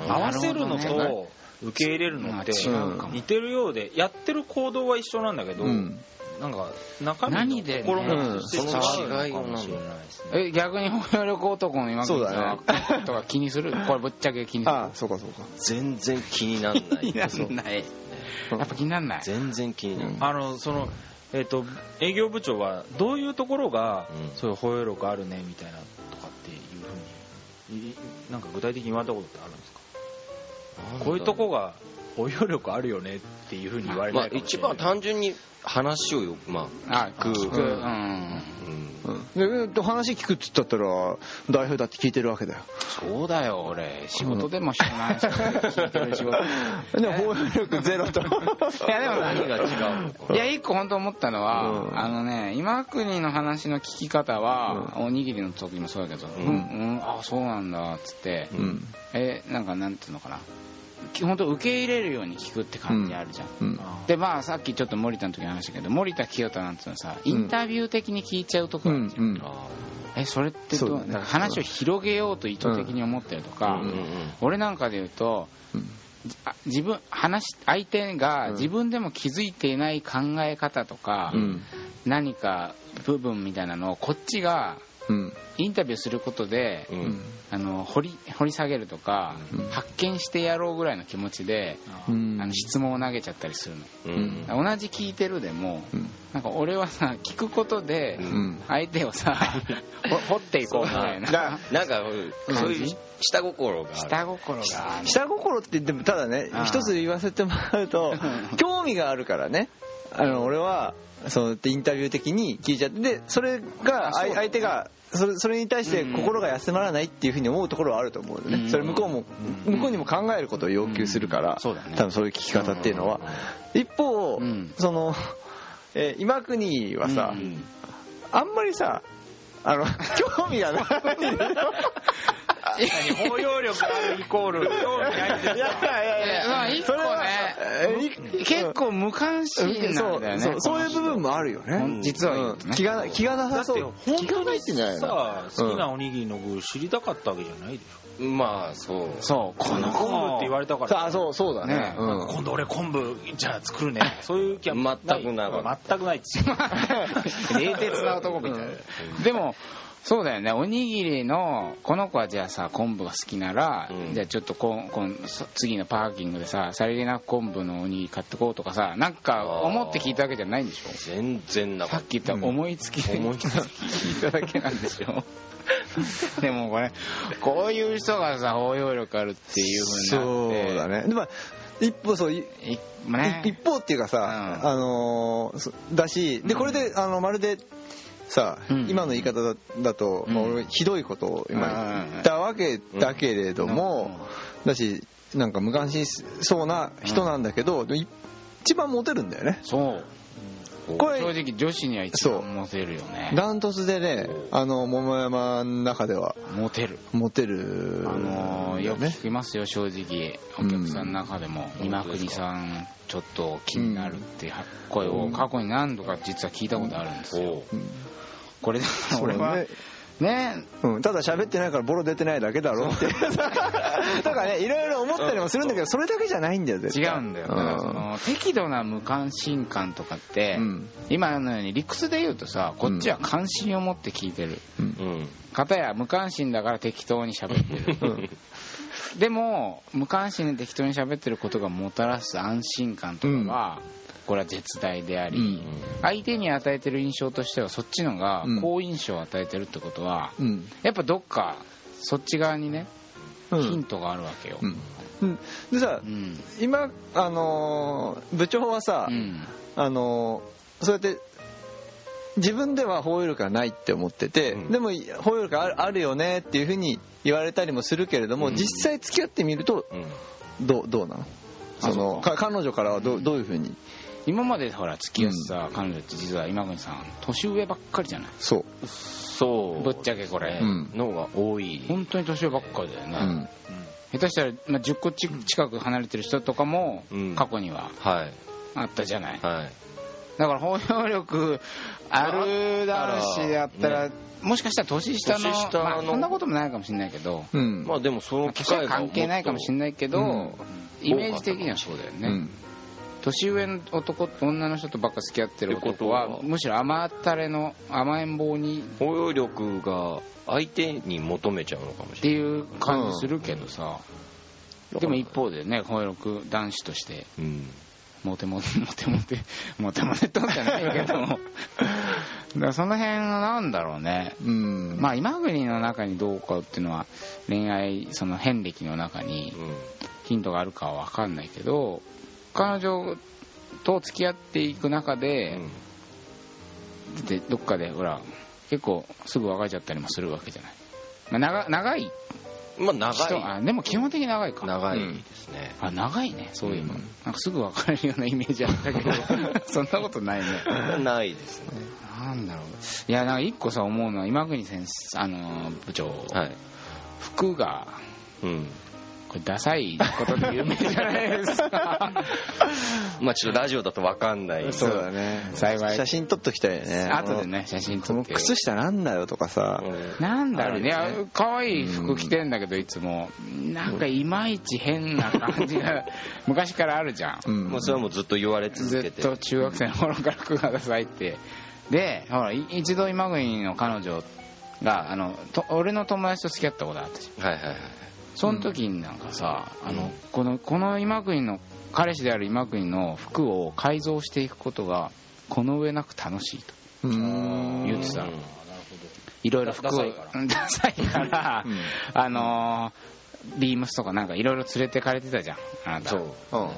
B: 合わせるの
A: なるほどね
B: と受け入れるのって
A: 違
C: うか
A: も
B: 似てるようでやってる行動は一緒なんだけど、
C: うん、
B: なんか中身
A: 何
B: の
A: でね
B: 心の
D: うん
B: 質が違うのかもしれないですね。
A: え逆に包容力男の今
C: そうだね
A: 君とか気にするこれぶっちゃけ気にする
C: ああ、そうかそうか。
D: 全然気になんな い
A: んないやっぱ気になんない
D: 全然気にならない
B: あのそのえっと営業部長はどういうところが
D: うん
B: そういう包容力あるねみたいなとかっていうふうにいなんか具体的に言われたことってあるんですかこういうとこが包容力あるよねっていうふうに言われ
D: ま
B: な
D: あ
B: いかもし
D: 一
B: れない
D: 番単純に話をよくま
A: あ
D: あ聞
A: 聞く
D: く
A: うん
D: うん
C: うん、で話聞くっつったったら代表だって聞いてるわけだよ。
A: そうだよ俺仕事でもしてないし聞いてる仕事
C: でも包容力ゼロ と。
A: いやでも
D: 何が違うのか
A: いや一個本当思ったのは、
C: うん
A: あのね今国の話の聞き方は、おにぎりの時もそうだけど、うん
D: ん
A: うん、あそうなんだっつって、
C: うん、
A: えなんかなんていうのかなき本当受け入れるように聞くって感じあるじゃん、
C: うん、
A: でまあさっきちょっと森田の時に話したけど森田清太なんていうのはさインタビュー的に聞いちゃうとこ
C: う
A: あるじゃん
C: ん、うん。
A: えそれってどう
C: そうだ
A: だ
C: ね
A: から話を広げようと意図的に思ってるとか、
D: うんうん
A: 俺なんかで言うと、
C: うん
A: あ自分話し相手が自分でも気づいていない考え方とか、
C: うん、
A: 何か部分みたいなのをこっちが
C: うん、
A: インタビューすることで、
D: うん
C: うん、
A: あの掘り掘り下げるとか、
C: うん
A: 発見してやろうぐらいの気持ちで、
C: うん
A: あの質問を投げちゃったりするの、
D: うん
A: 同じ聞いてるでも、
C: うん
A: なんか俺はさ聞くことで、
C: うん
A: 相手を さほ掘っていこうみたいな
D: ななんかそういう下心がある
A: 下心がある
C: 下心って言ってもただね
A: ああ
C: 一つ言わせてもらうと興味があるからねあの俺はそうやってインタビュー的に聞いちゃってでそれがあい相手がそれそれに対して心が休まらないっていうふうに思うところはあると思うよね、
A: うん
C: それ向こうも、向こうにも考えることを要求するから、
A: うんそうだね
C: 多分そういう聞き方っていうのは、一方、
A: うん
C: その、えー今国はさ、
A: うん
C: あんまりさ あの興味がないい
B: 包容力あるイコール興味ないって
C: やいやいや
A: えまあ一個ね
C: えーい
A: 結構無関心なんだよね
C: そうそうそういう部分もあるよね、
A: うん実は言うと
C: うん
A: ね
C: 気がな気がな
B: だ
C: さ
B: って
C: そう
B: 本当にさ
C: うん
B: 好きなおにぎりの具知りたかったわけじゃないでし
D: まあ、そう。
A: そうこの
B: ょ
A: 子
B: 昆布って言われたから
C: さあそうそうだね
A: ね
C: うん
B: 今度俺昆布じゃあ作るねそういう気は
D: 全くなかった
B: 全くないっすよ
A: 冷徹な男みたいなでもそうだよねおにぎりのこの子はじゃあさ昆布が好きなら、
D: うん
A: じゃあちょっとこんこんそ次のパーキングでささりげなく昆布のおにぎり買ってこうとかさなんか思って聞いたわけじゃないんでしょ
D: 全然な
A: さ
D: かっ
A: っき言った思いつきで
D: 思いつき
A: 聞いただけなんでし ょでもこれこういう人がさ包容力あるっていうふ
C: そう
A: うになっ
C: だ
A: て
C: ねでも一方そうい
A: いね
C: い一方っていうかさ、
A: うん
C: あのーそだしでこれで、あのまるでさ、
A: うん
C: 今の言い方だだと、まあ、
A: うん
C: 俺ひどいことを今
A: うん
C: 言ったわけだけれども、だしなんか無関心そうな人なんだけど、でもい一番モテるんだよね
A: そう
C: こ
A: 正
C: れ
A: 直女子には一番モテるよね
C: ダントツでねあの桃山の中では
A: モテる
C: モテる
A: あのーよく聞きますよ正直お客さんの中でも
D: うん
A: 今国さんちょっと気になるっていう声を過去に何度か実は聞いたことあるんです
D: た。
A: よ
D: お
A: これだから俺は
C: そう
A: ね
C: うん、ただ喋ってないからボロ出てないだけ だろってとかねいろいろ思ったりもするんだけどそれだけじゃないんだよ絶
A: 違
C: 対
A: うんだよだからその適度な無関心感とかって
C: うん
A: 今のように理屈で言うとさこっちは関心を持って聞いてる
D: ううん。
A: 片や無関心だから適当に喋ってるでも無関心で適当に喋ってることがもたらす安心感とかは、これは絶大であり、
C: うん
A: 相手に与えてる印象としてはそっちのが
C: うん
A: 好印象を与えてるってことは、
C: うん
A: やっぱどっかそっち側にね
C: うん
A: ヒントがあるわけよ、
C: うんうんでさ
A: うん
C: 今あのー部長はさ、
A: うん
C: あのーそうやって自分では包容力がないって思ってて、
D: うん
C: でも包容力あるあるよねっていうふうに言われたりもするけれども、
D: うん
C: 実際付き合ってみると
D: うん。
C: どうどうなのそのか彼女からはどうどういうふうに
A: 今までほら付き合ってた彼女って実は今国さん年上ばっかりじゃない
C: そ
D: そう。
A: ぶっちゃけこれ、
C: う、うん
D: のが多い。
A: 本当に年上ばっかりだよね、
C: うん、
A: 下手したら、まあ、10個ち近く離れてる人とかも
D: うん
A: 過去には
D: はい。
A: あったじゃない、
D: はい。
A: だから包容力ある男子だったら、
D: ね
A: もしかしたら年下の
D: 年下の
A: まあ、そんなこともないかもしれないけど、
C: うん
D: まあでもそ
A: ま
D: の
A: あ
D: 機
A: 年は
D: 会が。
A: 関係ないかもしれ
D: い。
A: ないけど、
C: うん
A: イメージ的にはそうだよね、
C: うん
A: 年上の男と女の人とばっか付き合ってる男
D: ってこ
A: は
D: とは
A: むしろ甘ったれの甘えん坊に
D: 包容力が相手に求めちゃうのかも
A: っ
D: してれな
A: い
D: い。
A: う感じするけどさ、でも一方でね包容力男子として
D: うん。
A: モテモテモテモテモテモテとんじゃないけどもだからその辺はなんだろうね
C: うん
A: まあ今国の中にどうかっていうのは恋愛その遍歴の中にヒントがあるかは分かんないけど彼女と付き合っていく中
D: う
A: で
D: ん。
A: でどっかでほら結構すぐ別れちゃったりもするわけじゃない、まあ、長長い
D: うん。まあ
A: 人
D: 長い。
A: あでも基本的に長いか
D: 長いですね。
A: あ長いねそういうの、
C: うん
A: なんかすぐ別れるようなイメージあったけど そんなことないね
D: ないですね。
A: なんだろういやなんか一個さ思うのは今国先生あのー部長、
D: はい。
A: 服が
D: うん。
A: これダサいことで有名じゃないですか
D: まあちょっとラジオだとわかんない。
C: そうだね
A: 幸い
C: 写真撮っときたいよね
A: 後で ね写真
C: こ
A: 撮っ
C: の
A: て
C: 靴下なんだよとかさ
D: うん
A: なんだろうねい
C: あ
A: や
C: るよね
A: 可愛い服着てんだけどいつもなんかいまいち変な感じが昔からあるじゃん
C: うん
D: まあそれはもうずっと言われ続
A: ず
D: け。
A: ってと中学生の頃から服がダサいってでほらい一度今国の彼女があのと俺の友達と付き合ったことあったし
D: はいはいはい。
A: その時になんかさ、あのこのこの今国の彼氏である今国の服を改造していくことがこの上なく楽しいと
C: うん
A: 言って
D: う
A: た
D: ん
A: いろいろ服を
B: ダサいから
A: うんダサいから、あのービームスとかなんかいろいろ連れてかれてたじゃんあなた
D: そうも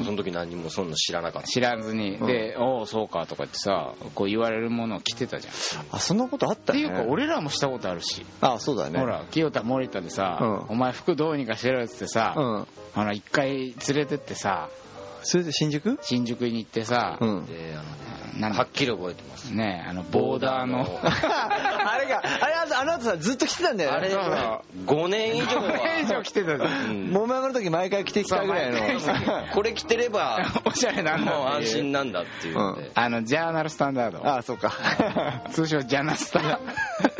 D: うその時何もそんな知らなかった
A: 知らずに、で「おおそうか」とか言ってさこう言われるものを着てたじゃん、
C: あそんなことあっ
A: って
C: た
A: い
C: ね
A: うか俺らもしたことあるし、
C: あそうだね
A: ほら清田森田でさ、
C: うん
A: お前服どうにかしろよ」っつってさ、
C: うん
A: あの一回連れてってさ
C: それで新宿
A: 新宿に行ってさ、
C: うん
D: であのね
A: なん
D: は
A: だ
D: っきり覚えてます
A: ねあのボーダーの
C: あれがあれあのあの後さずっと来てたんだよ
D: あれ
C: ね
D: 5年 以上
A: 以上
D: は
A: 着てたじゃん
D: うん
C: もめ上がる時毎回来てきたぐらいの
D: これ着て れば
A: おしゃれなん
D: もう
A: だって
D: 安
A: いう
D: 心なんだっていうので
A: あのジャーナルスタンダード
C: あそうか
A: 通称ジャナスタ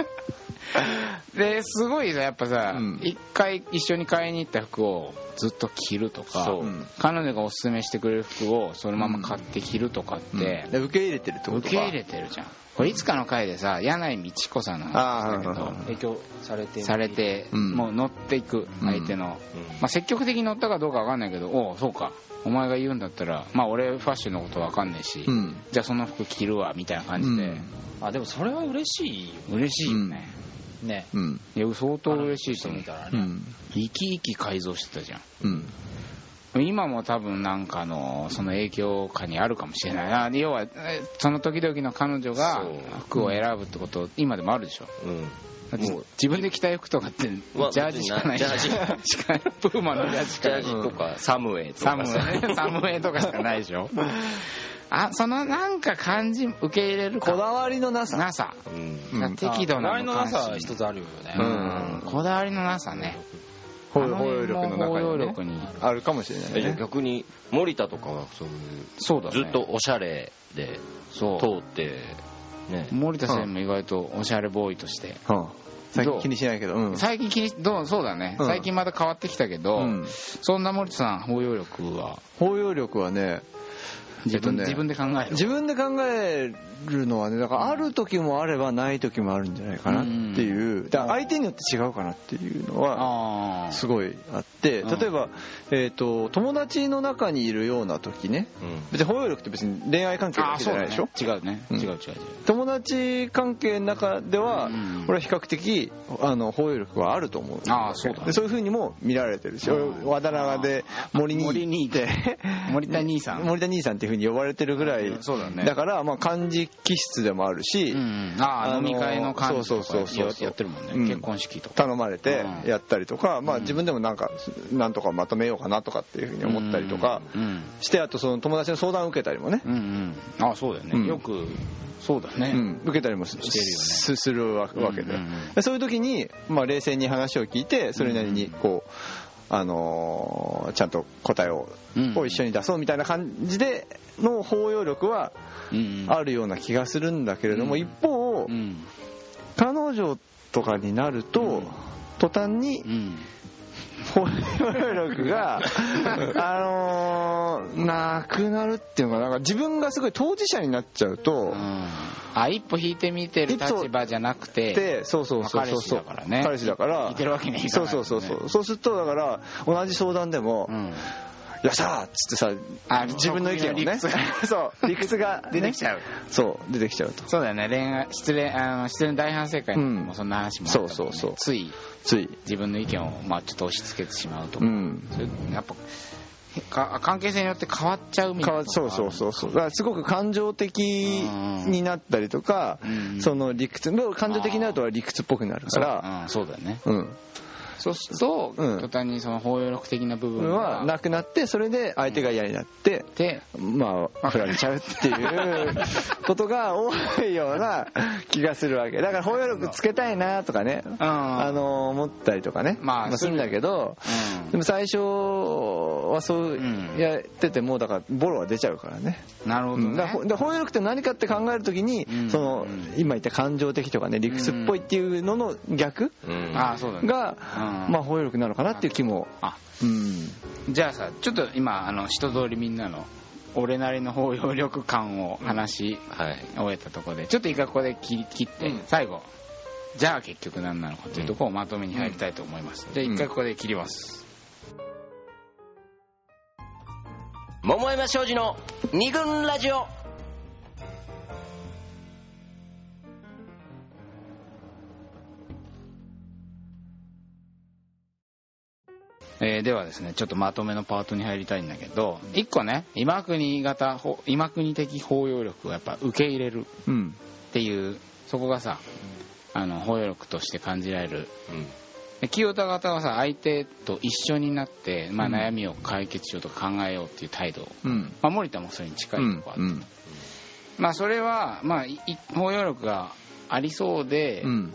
A: ですごいさやっぱさ
C: うん
A: 一、回一緒に買いに行った服をずっと着るとか
D: そう
C: うん
A: 彼女がおすすめしてくれる服をそのまま買って着るとかって、
C: で受け入れてるってこと
A: 受
C: か
A: け入れてるじゃんこれいつかの回でさ柳井美智子さんの話だ
C: あーうんうん
A: け
B: 影響されて
A: どされて、
C: うん
A: もう乗っていく
C: うん
A: 相手の、
D: うん
A: まあ、積極的に乗ったかどうか分かんないけどおおそうかお前が言うんだったらまあ俺ファッションのこと分かんないし、
C: うん
A: じゃあその服着るわみたいな感じで、
B: あでもそれは嬉しいよ
A: 嬉しいよね、
B: ね
C: うん
A: いや相当嬉しいと
B: 人
A: 思う
B: 見たら
C: う
B: ね
C: ん
A: 生き生き改造してたじゃ
C: うん
A: ん今も多分なんかのその影響下にあるかもしれないあ要はえその時々の彼女が
D: そう
A: 服を選ぶってこと今でもあるでしょ
D: うん
A: だって
D: もう
A: 自分で着たい服とかってジ
D: わ
A: ャージしかない
D: ジャージ
A: しかないプーマのジャージし
D: ジ
A: かな
D: ャー
A: い
D: ジとかサムウェイと
A: サ
D: か
A: ムウ
D: さ
A: ェイサムウェイとかしかないでしょあそのなんか感じ受け入れる
C: こだ
A: か
C: わりのなさ
A: なさ
D: うん
C: うん
A: 適度な
B: 周りのなさは
A: 無関
B: 一
A: 心
B: つあるよね
C: う
A: うんこだわりのなさね
C: 包容力の
A: 包容
C: 中
A: 力
C: にね
A: に
C: あるかもしれない
D: え
C: ね
D: 逆に森田とかはそういう
A: そうだね
D: ずっとおしゃれで
A: そう
D: 通ってね
A: 森田専務意外とおしゃれボーイとして
C: うん最近気にしないけどうん
A: 最近気にしどうそうだね、
C: うん
A: 最近また変わってきたけど、
C: うん
A: そんな森田さん包容力は
C: 包容力はね
A: 自分,、
C: えっとね
A: 自分で考える
C: 自分で考えるのはねだからある時もあればない時もあるんじゃないかなっていうだから相手によって違うかなっていうのは
A: あ
C: すごいあって
A: うん
C: 例えば、えー、と友達の中にいるような時ね別に包容力って別に恋愛関係だ
A: あ
C: け
A: ー
C: じ
A: そ
C: ゃ
A: う
C: ない
A: だね
C: でしょ、
A: 違うね、
C: うん
A: 違う違う違う
C: 友達関係の中では、
A: うん
C: 俺は比較的あの包容力はあると思う
A: ああそうだね
C: でそういうふうにも見られてるし
A: うん
C: 俺和田長で森に
A: 森にいて森田兄さん、
C: 森田兄さんっていうふうに呼ばれてるぐらい、
A: うんそうだね
C: からまあ漢字気質でもあるし、
A: うんうん、ああ、
C: あのー
A: 飲み会の感じとか
C: そうそうそうそう
A: ややってるもんね、
C: うん
A: 結婚式とか
C: 頼まれて
A: うん
C: やったりとか、まあ、自分でもなんかなんとかまとめようかなとかっていうふうに思ったりとか
A: うん
C: してあとその友達の相談を受けたりもね、
A: うんうんああそうだよね、
C: うん
A: よくそうだね、
C: うん受けたりもす
A: してるよね
C: すするわわけで,、
A: うんうんうん
C: そういう時に、まあ、冷静に話を聞いてそれなりにこう。あのーちゃんと答えを,、
A: うん
C: を一緒に出そうみたいな感じでの包容力は
A: うん
C: あるような気がするんだけれども、
A: うん
C: 一方、
A: うん
C: 彼女とかになると、
A: うん
C: 途端に
A: うん
C: 包容力 があのーなくなるっていうのかななんか自分がすごい当事者になっちゃうと、
A: うんあ一歩引いて見てる立場じゃなくて
C: でそうそうそうそうそう
A: まあ彼氏だからね
C: 彼氏だから
A: いてるわけにはいか
C: そ
A: な
C: う
A: い
C: そうそうそうそうするとだから同じ相談でも
A: う
C: 「い
A: ん
C: やさ」っつってさ
A: あ
C: 自分の意見をね
A: 理屈が
C: そう理屈が、ね、
A: 出てきちゃう
C: そう出てきちゃうと
A: そうだよね恋愛失恋あの失恋大反省会
C: うん
A: もそんな話もあったもんね
C: そうそうそう
A: つい
C: つい
A: 自分の意見をまあちょっと押し付けてしまうと
C: う
A: か、
C: ん
A: それやっぱか関係性によって変わっちゃうみたい
C: 変わ
A: な
C: そうそうそうそうだからすごく感情的になったりとか、
A: うん
C: その理屈もう感情的になると理屈っぽくなるか
A: そう
C: ら
A: うん、そうだよね
C: うん、
A: そうすると、
C: うん
A: 途端にその包容力的な部分
C: は
A: が
C: なくなってそれで相手が嫌になって、
A: で
C: まあ振られちゃうっていうことが多いような気がするわけだから包容力つけたいなとかね、あの思ったりとかね、
A: まあ
C: するんだけど、
A: うん
C: でも最初はそうやっててもだからボロは出ちゃうからね
A: なるほど
C: うんだか
A: ね
C: らほ、で包容力って何かって考えるときに、
A: うん
C: その
A: うん
C: 今言った感情的とかね理屈っぽいっていうのの逆
D: うん
A: ああそうだね
C: が、
A: うん
C: まあ包容力なのかなっていう気も、
A: あ
C: うん、
A: じゃあさちょっと今あの一通りみんなの俺なりの包容力感を話し
D: はい
A: 終えたところでちょっと一回ここで切切って、最後じゃあ結局何なのかというところをまとめに入りたいと思います、じゃあ一回ここで切ります、
D: 桃山庄司の二軍ラジオ
A: えーではですねちょっとまとめのパートに入りたいんだけど一個ね今国型法今国的包容力をやっぱ受け入れる
C: うん
A: っていうそこがさあの包容力として感じられるで清田方はさ相手と一緒になって、まあ、
C: うん
A: 悩みを解決しようとか考えようっていう態度を、
C: うん
A: まあ、森田もそれに近いとこあって、
C: うんうん
A: まあ、それは、まあ、いい包容力がありそうで
C: うん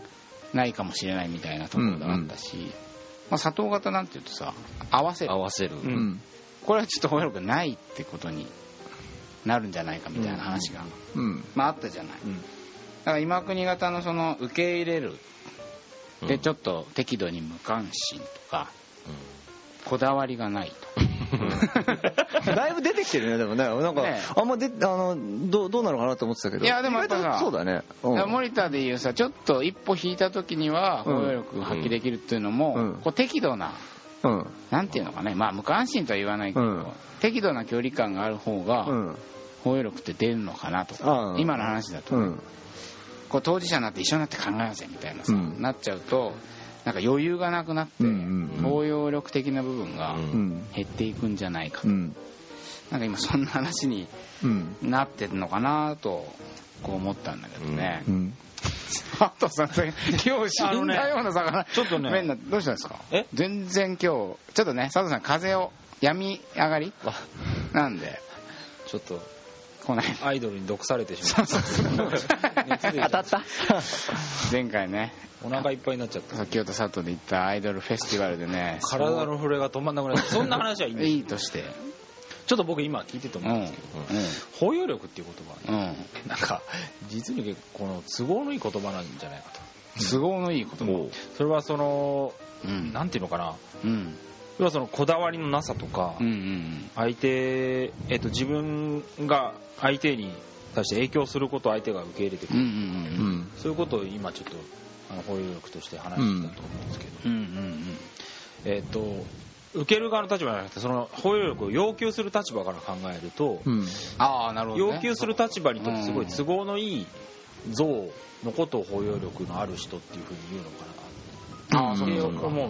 A: ないかもしれないみたいなところがあったし、まあ、佐藤型なんていうとさ合わせる
D: 合わせる、
A: う
C: うんん
A: これはちょっと包容力ないってことになるんじゃないかみたいな話が、
C: うん
A: まあ、あったじゃない、
B: うん
A: だから今国型のその受け入れる
D: うん
A: でちょっと適度に無関心とか、
D: うん
A: こだわりがないとか
C: だいぶ出てきてるねでもねなんか、
A: ね
C: あんまであのどうどうなのかなと思ってたけど
A: いやでもやっぱさ
C: 意外とそうだねうん
A: だから森田でいうさちょっと一歩引いた時には包容力が発揮できるっていうのも、
C: うん
A: こう適度な
C: うん
A: なんていうのかねまあ無関心とは言わないけど、
C: うん
A: 適度な距離感がある方
C: う
A: が
C: ん
A: 包容力って出るのかなとか、
C: うん
A: 今の話だと、
C: うん
A: こう当事者になって一緒になって考えようぜみたいなさ、
C: うん
A: なっちゃうとなんか余裕がなくなって、
C: うんうんうん
A: 包容力的な部分が
D: うん
C: うん
A: 減っていくんじゃないか、
C: うん
A: なんか今そんな話に
C: うん
A: なってるのかなとこう思ったんだけどね、
C: うん
A: あとさん今日死んだような魚、
B: ちょっとね
A: 麺などうしたんですか
B: え
A: 全然今日ちょっとね佐藤さん風邪を病み上がり
B: あ
A: なんで
B: ちょっと
A: こない
B: アイドルに毒されてしまった 熱で
D: 当た った
A: 前回ね
B: お腹いっぱいになっちゃった
A: 先ほど佐藤で行ったアイドルフェスティバルでね
B: 体の震えが止まんなくなってそんな話はいいんです
A: いいとして
B: ちょっと僕今聞いてて
A: うん
B: 思
A: う
B: うん
A: ん
B: ですけど包容力っていう言葉はね
A: うん
B: なんか実にこの都合のいい言葉なんじゃないかと
A: 都合のいいことも
B: それはその
A: うん
B: なんていうのかな
A: うん
B: 要はそのこだわりのなさとか
A: うんうん
B: 相手えっと自分が相手に対して影響することを相手が受け入れてく
A: うんうんう
B: る
C: うんん
B: そういうことを今ちょっとあの包容力として話してたと思うんですけど
A: うんうんうん
B: えっと受ける側の立場じゃなくてその包容力を要求する立場から考えると
C: うん
A: ああなるほどね
B: 要求する立場にとってすごい都合のいい像のことを包容力のある人っていうふうに言うのか
A: ああ
B: な
A: そ
B: っ
A: う
B: て
A: かそうか
B: 思う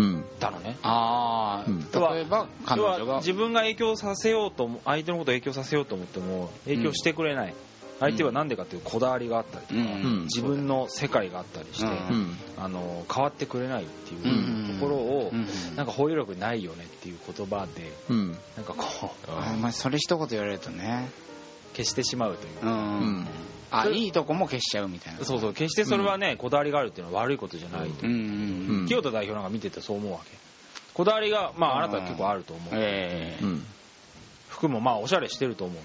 C: うん
B: だのね
A: ああ例えば彼
B: 要
A: 女
B: は
A: が
B: 自分が影響させようとも相手のことを影響させようと思っても影響してくれない、相手は何でかっていうこだわりがあったりとか、
A: うん
B: 自分の世界があったりして、
A: うん
C: うん
B: あの変わってくれないってい
A: うん
B: うところを、
A: うん
B: なんか包容力ないよねっていう言葉で
C: うん
B: なんかこう
A: あまあそれ一言言われるとね
B: 消してしまうという
A: うん、
B: か、
C: うん
A: あいいとこも消しちゃうみたいな
B: そうそう決してそれはね、こだわりがあるっていうのは悪いことじゃないと、
A: うんうんうん
C: ん
B: 清田代表なんか見ててそう思うわけこだわりがまああなたは結構あると思う、
A: え え
C: うん
B: 服もまあおしゃれしてると思う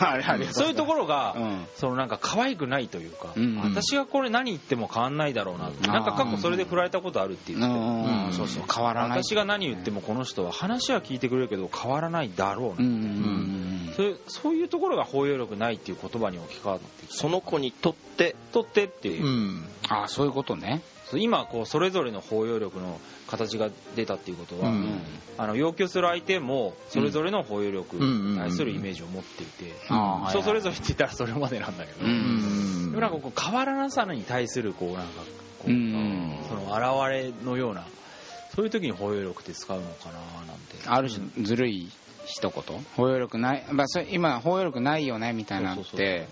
A: あれあれ
B: そういうところが、
A: うん
B: そのなんか可愛くないというか、
A: うん
B: 私がこれ何言っても変わんないだろうな、
A: ん
B: なんか過去それで振られたことあるって
A: う
B: 言って、
A: んうんそうそう変わらない
B: 私が何言ってもこの人は話は聞いてくれるけど変わらないだろう
A: うん
B: な、
A: うんうん
B: そういうそういうところが包容力ないっていう言葉に置き換わってきて
D: その子にとって
B: とってっていう
C: う、ん
A: あそういうことね
B: そう今こうそれぞれの包容力の形が出たっていうことは、
C: う
A: うんん
B: あの要求する相手もそれぞれの包容力に対するイメージを持っていて、
A: ああ
B: 人それ
A: れ
B: ぞれって言ったらそれまでなんだけど、
A: うん
C: うん
B: でもなんかこう変わらなさに対するこうなんかこう、
A: うん
B: その現れのようなそういう時に包容力って使うのかななんて
A: ある種ずるい一言包容力ない、まあ、それ今包容力ないよねみたいなのっ
B: そうそう
A: て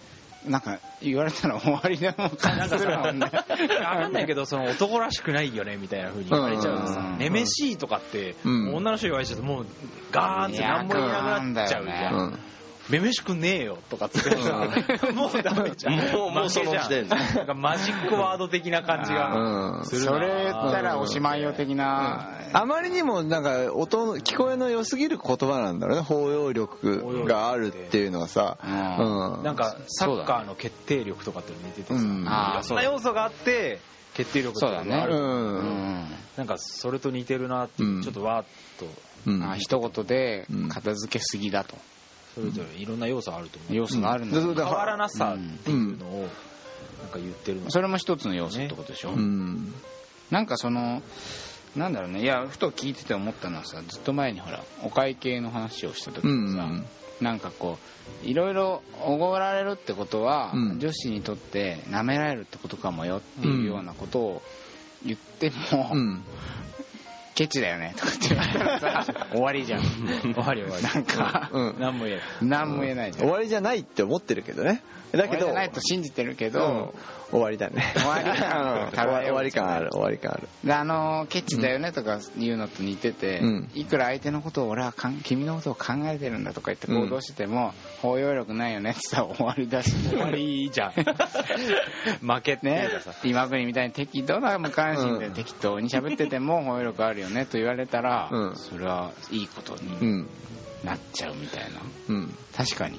A: なんか言われたら終わりでもう感じするもん ね
B: 分かんないけどその男らしくないよねみたいな風に言われちゃう
A: うん
B: と
A: うん
B: さ
A: うん
B: 「めめしい」とかって、
C: うん
B: 女の人に言われちゃうともうガーンって何も言えなくなっちゃうじ
A: いやガーンだよね
B: ゃん
C: うん
B: 「めめしくねえよ」とかっつってさもうダメじゃん
D: もうもうその時点で
B: 負けじゃんなんかマジックワード的な感じ
C: う
B: が
C: ん
B: するな
A: それ言ったらおしまいよ的な、
C: あまりにもなんか音の聞こえの良すぎる言葉なんだろうね包容力があるっていうのはさ
A: う
B: なんかサ
A: そうだ
B: ッ
A: ね
B: カーの決定力とかって似ててさ、
C: うん
B: い
A: あ
B: ろ
A: あ
B: ん
A: そう
B: な
A: だ
B: 要素があって決定力って
A: そ
B: いうう
A: だ
B: のがあ
A: ね
B: る
A: う
C: うん
A: ん
B: なんかそれと似てるなって、
C: うん
B: ちょっとわーっと
C: うん
A: あ一言で片付けすぎだと
B: それぞれいろんな要素あると思う、
A: 要素があるんだ、
C: うん
B: 変わらなさっていうのをなんか言ってるの
A: それも一つの要素ってことでしょ、
C: うん
A: なんかそのなんだろうねいやふと聞いてて思ったのはさずっと前にほらお会計の話をした時にさ、
C: うん
A: なんかこういろいろおごられるってことは、
C: うん
A: 女子にとって舐められるってことかもよっていうようなことを言っても、
C: うん
A: ケチだよねとかって言われたらさ終わりじゃん
B: 終わり終わり
A: なんか
C: うん
B: 何も言えない
A: 何も言えないじゃん
C: 終わりじゃないって思ってるけどねだけど
A: 終わりじゃないと信じてるけ
C: う
A: ど
C: ん、終わりだね
A: 終わり だ
C: うん終わり終わり感ある終わり感ある
A: であのケチだよねとか言うのと似てて、
C: うん
A: いくら相手のことを俺はかん君のことを考えてるんだとか言って行動してても、包容力ないよねって言ったら終わりだし
B: 終わりじゃん負け
A: ね
B: てさ、
A: 今国みたいに適当な無関心で
C: うん
A: 適当に喋ってても包容力あるよねと言われたら、
C: うん
A: それはいいこと
C: う
A: に
C: ん
A: なっちゃうみたいな
C: うん
A: 確かに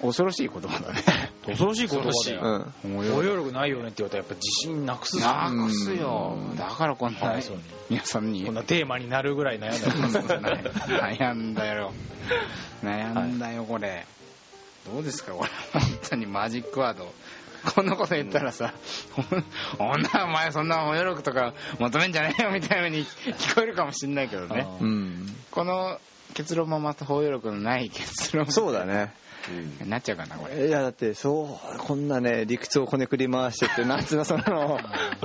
A: 恐ろしい言葉だね
B: 恐ろしい言葉だ
C: う
B: よ
C: ん
A: 包
B: 包容力ないよねって言われたらやっぱ自信なくすぞ
A: なくすよだからこん
B: かわ
A: ない
B: そうに
A: 皆さんに
B: こんなテーマになるぐらい悩んだ
A: そうそう悩んだよ悩んだよこれ、どうですかこれ本当にマジックワードこんなこと言ったらさ「女お前そんな保養力とか求めんじゃねえよ」みたいなふうに聞こえるかもしんないけどね
B: あー
C: うん
A: この結論もまた包容力のない結論
C: そうだね
A: になっちゃうかなこれ
C: いやだってそうこんなね理屈をこねくり回してって夏のそ の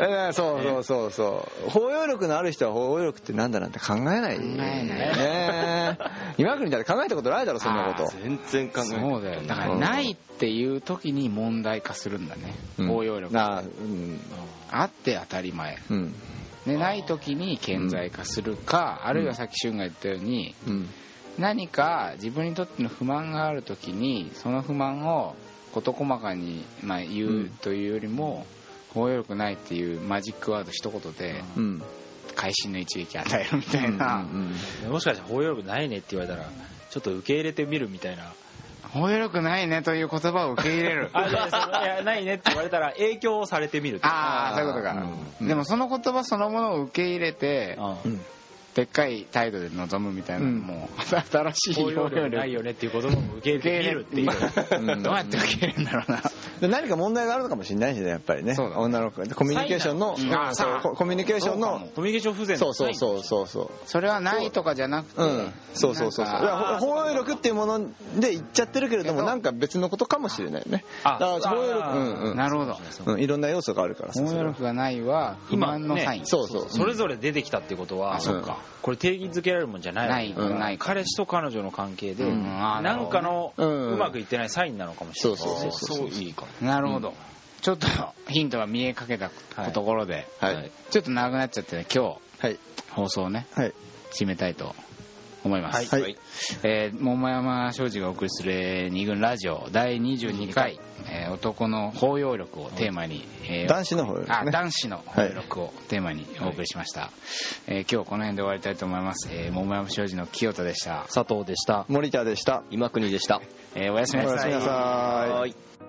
C: ええそうそうそうそう包容力のある人は包容力ってなんだなんて考えない
A: えない
C: ねえ今国だって考えたことないだろそんなこと
D: 全然考えない
A: そうだよだからないっていう時に問題化するんだね
C: うん
A: 包容力
C: なあ
A: あ
C: うん
A: って当たり前
C: うん
A: でない時に顕在化するか、あるいはさっき俊が言ったように
C: うん
A: 何か自分にとっての不満がある時にその不満を事細かに、まあ、言うというよりも、包容力ないっていうマジックワード一言で
C: うん
A: 会心の一撃与えるみたいな、
C: うん
B: もしかして包容力ないねって言われたらちょっと受け入れてみるみたいな
A: 包容力ないねという言葉を受け入れる
B: あじゃあそのいやないねって言われたら影響をされてみると
A: ああそういうことか、でもその言葉そのものを受け入れて
B: う
C: うんん
A: でっかい態度で臨むみたいなのも、新しい
B: 包
A: 包容
B: 容力
A: 力
B: ないよねっていう言葉も受け入れ
A: 受け
B: てみ
A: 入れる
B: るっ
A: っててい
B: い
A: うう
C: うん
A: どうやって受け入れるんだろうな
C: で何か問題があるのかもしれないしねやっぱりね
A: そうだね
C: 女の子コミュニケーションの
A: サインなの
C: そう
A: ああ
C: ココミュニケーション
A: そうか
C: の
B: コミュニケーション不全
C: そうそうそうそうそう
A: それはないとかじゃなくて、
C: うん、そうそうそうそう
A: なん
C: い
A: か
C: やほ包容力っていうもので言っちゃってるけれども
A: けど
C: なんか別のことかもしれないよね
B: あ
C: だから包容
B: あ
C: 力うんうん
A: なるほど
C: うんいろんな要素があるからさ
A: 包
C: それ
A: 容
C: は
A: 力がないは不満のサイン、
B: 今ね
C: そうそう
B: それぞれ出てきたってことは
A: あそっか
B: これ定義づけられるもんじゃない
A: ない
B: うん
A: ない
B: 彼氏と彼女の関係で
A: うんあーな
B: な
A: るほ
B: ん
A: ど
B: か
A: ね
B: の
C: うん
B: うまくいってないサインなのかもしれない
C: そうそう
D: そういいかも
A: なるほど、ちょっとヒントが見えかけたところで、
C: はい
D: はい
A: ちょっと長くなっちゃってね今
C: はい
A: 日放送をね
C: はい
A: 締めたいと思います、
C: はい
D: はい
A: えー桃山商事がお送りする二軍ラジオ第22回、えー男の包容力をテーマに、えー
C: 男子の方です
A: あ
C: ね
A: 男子の
C: はい
A: 録をテーマにお送りしました、えー今日この辺で終わりたいと思います、えー、桃山商事の清田でした、
B: 佐藤でした
C: 森田でした
D: 今国でした
A: えーおやすみ
C: お
A: な
C: やす
A: さ
C: み
A: い
C: なさい
D: はい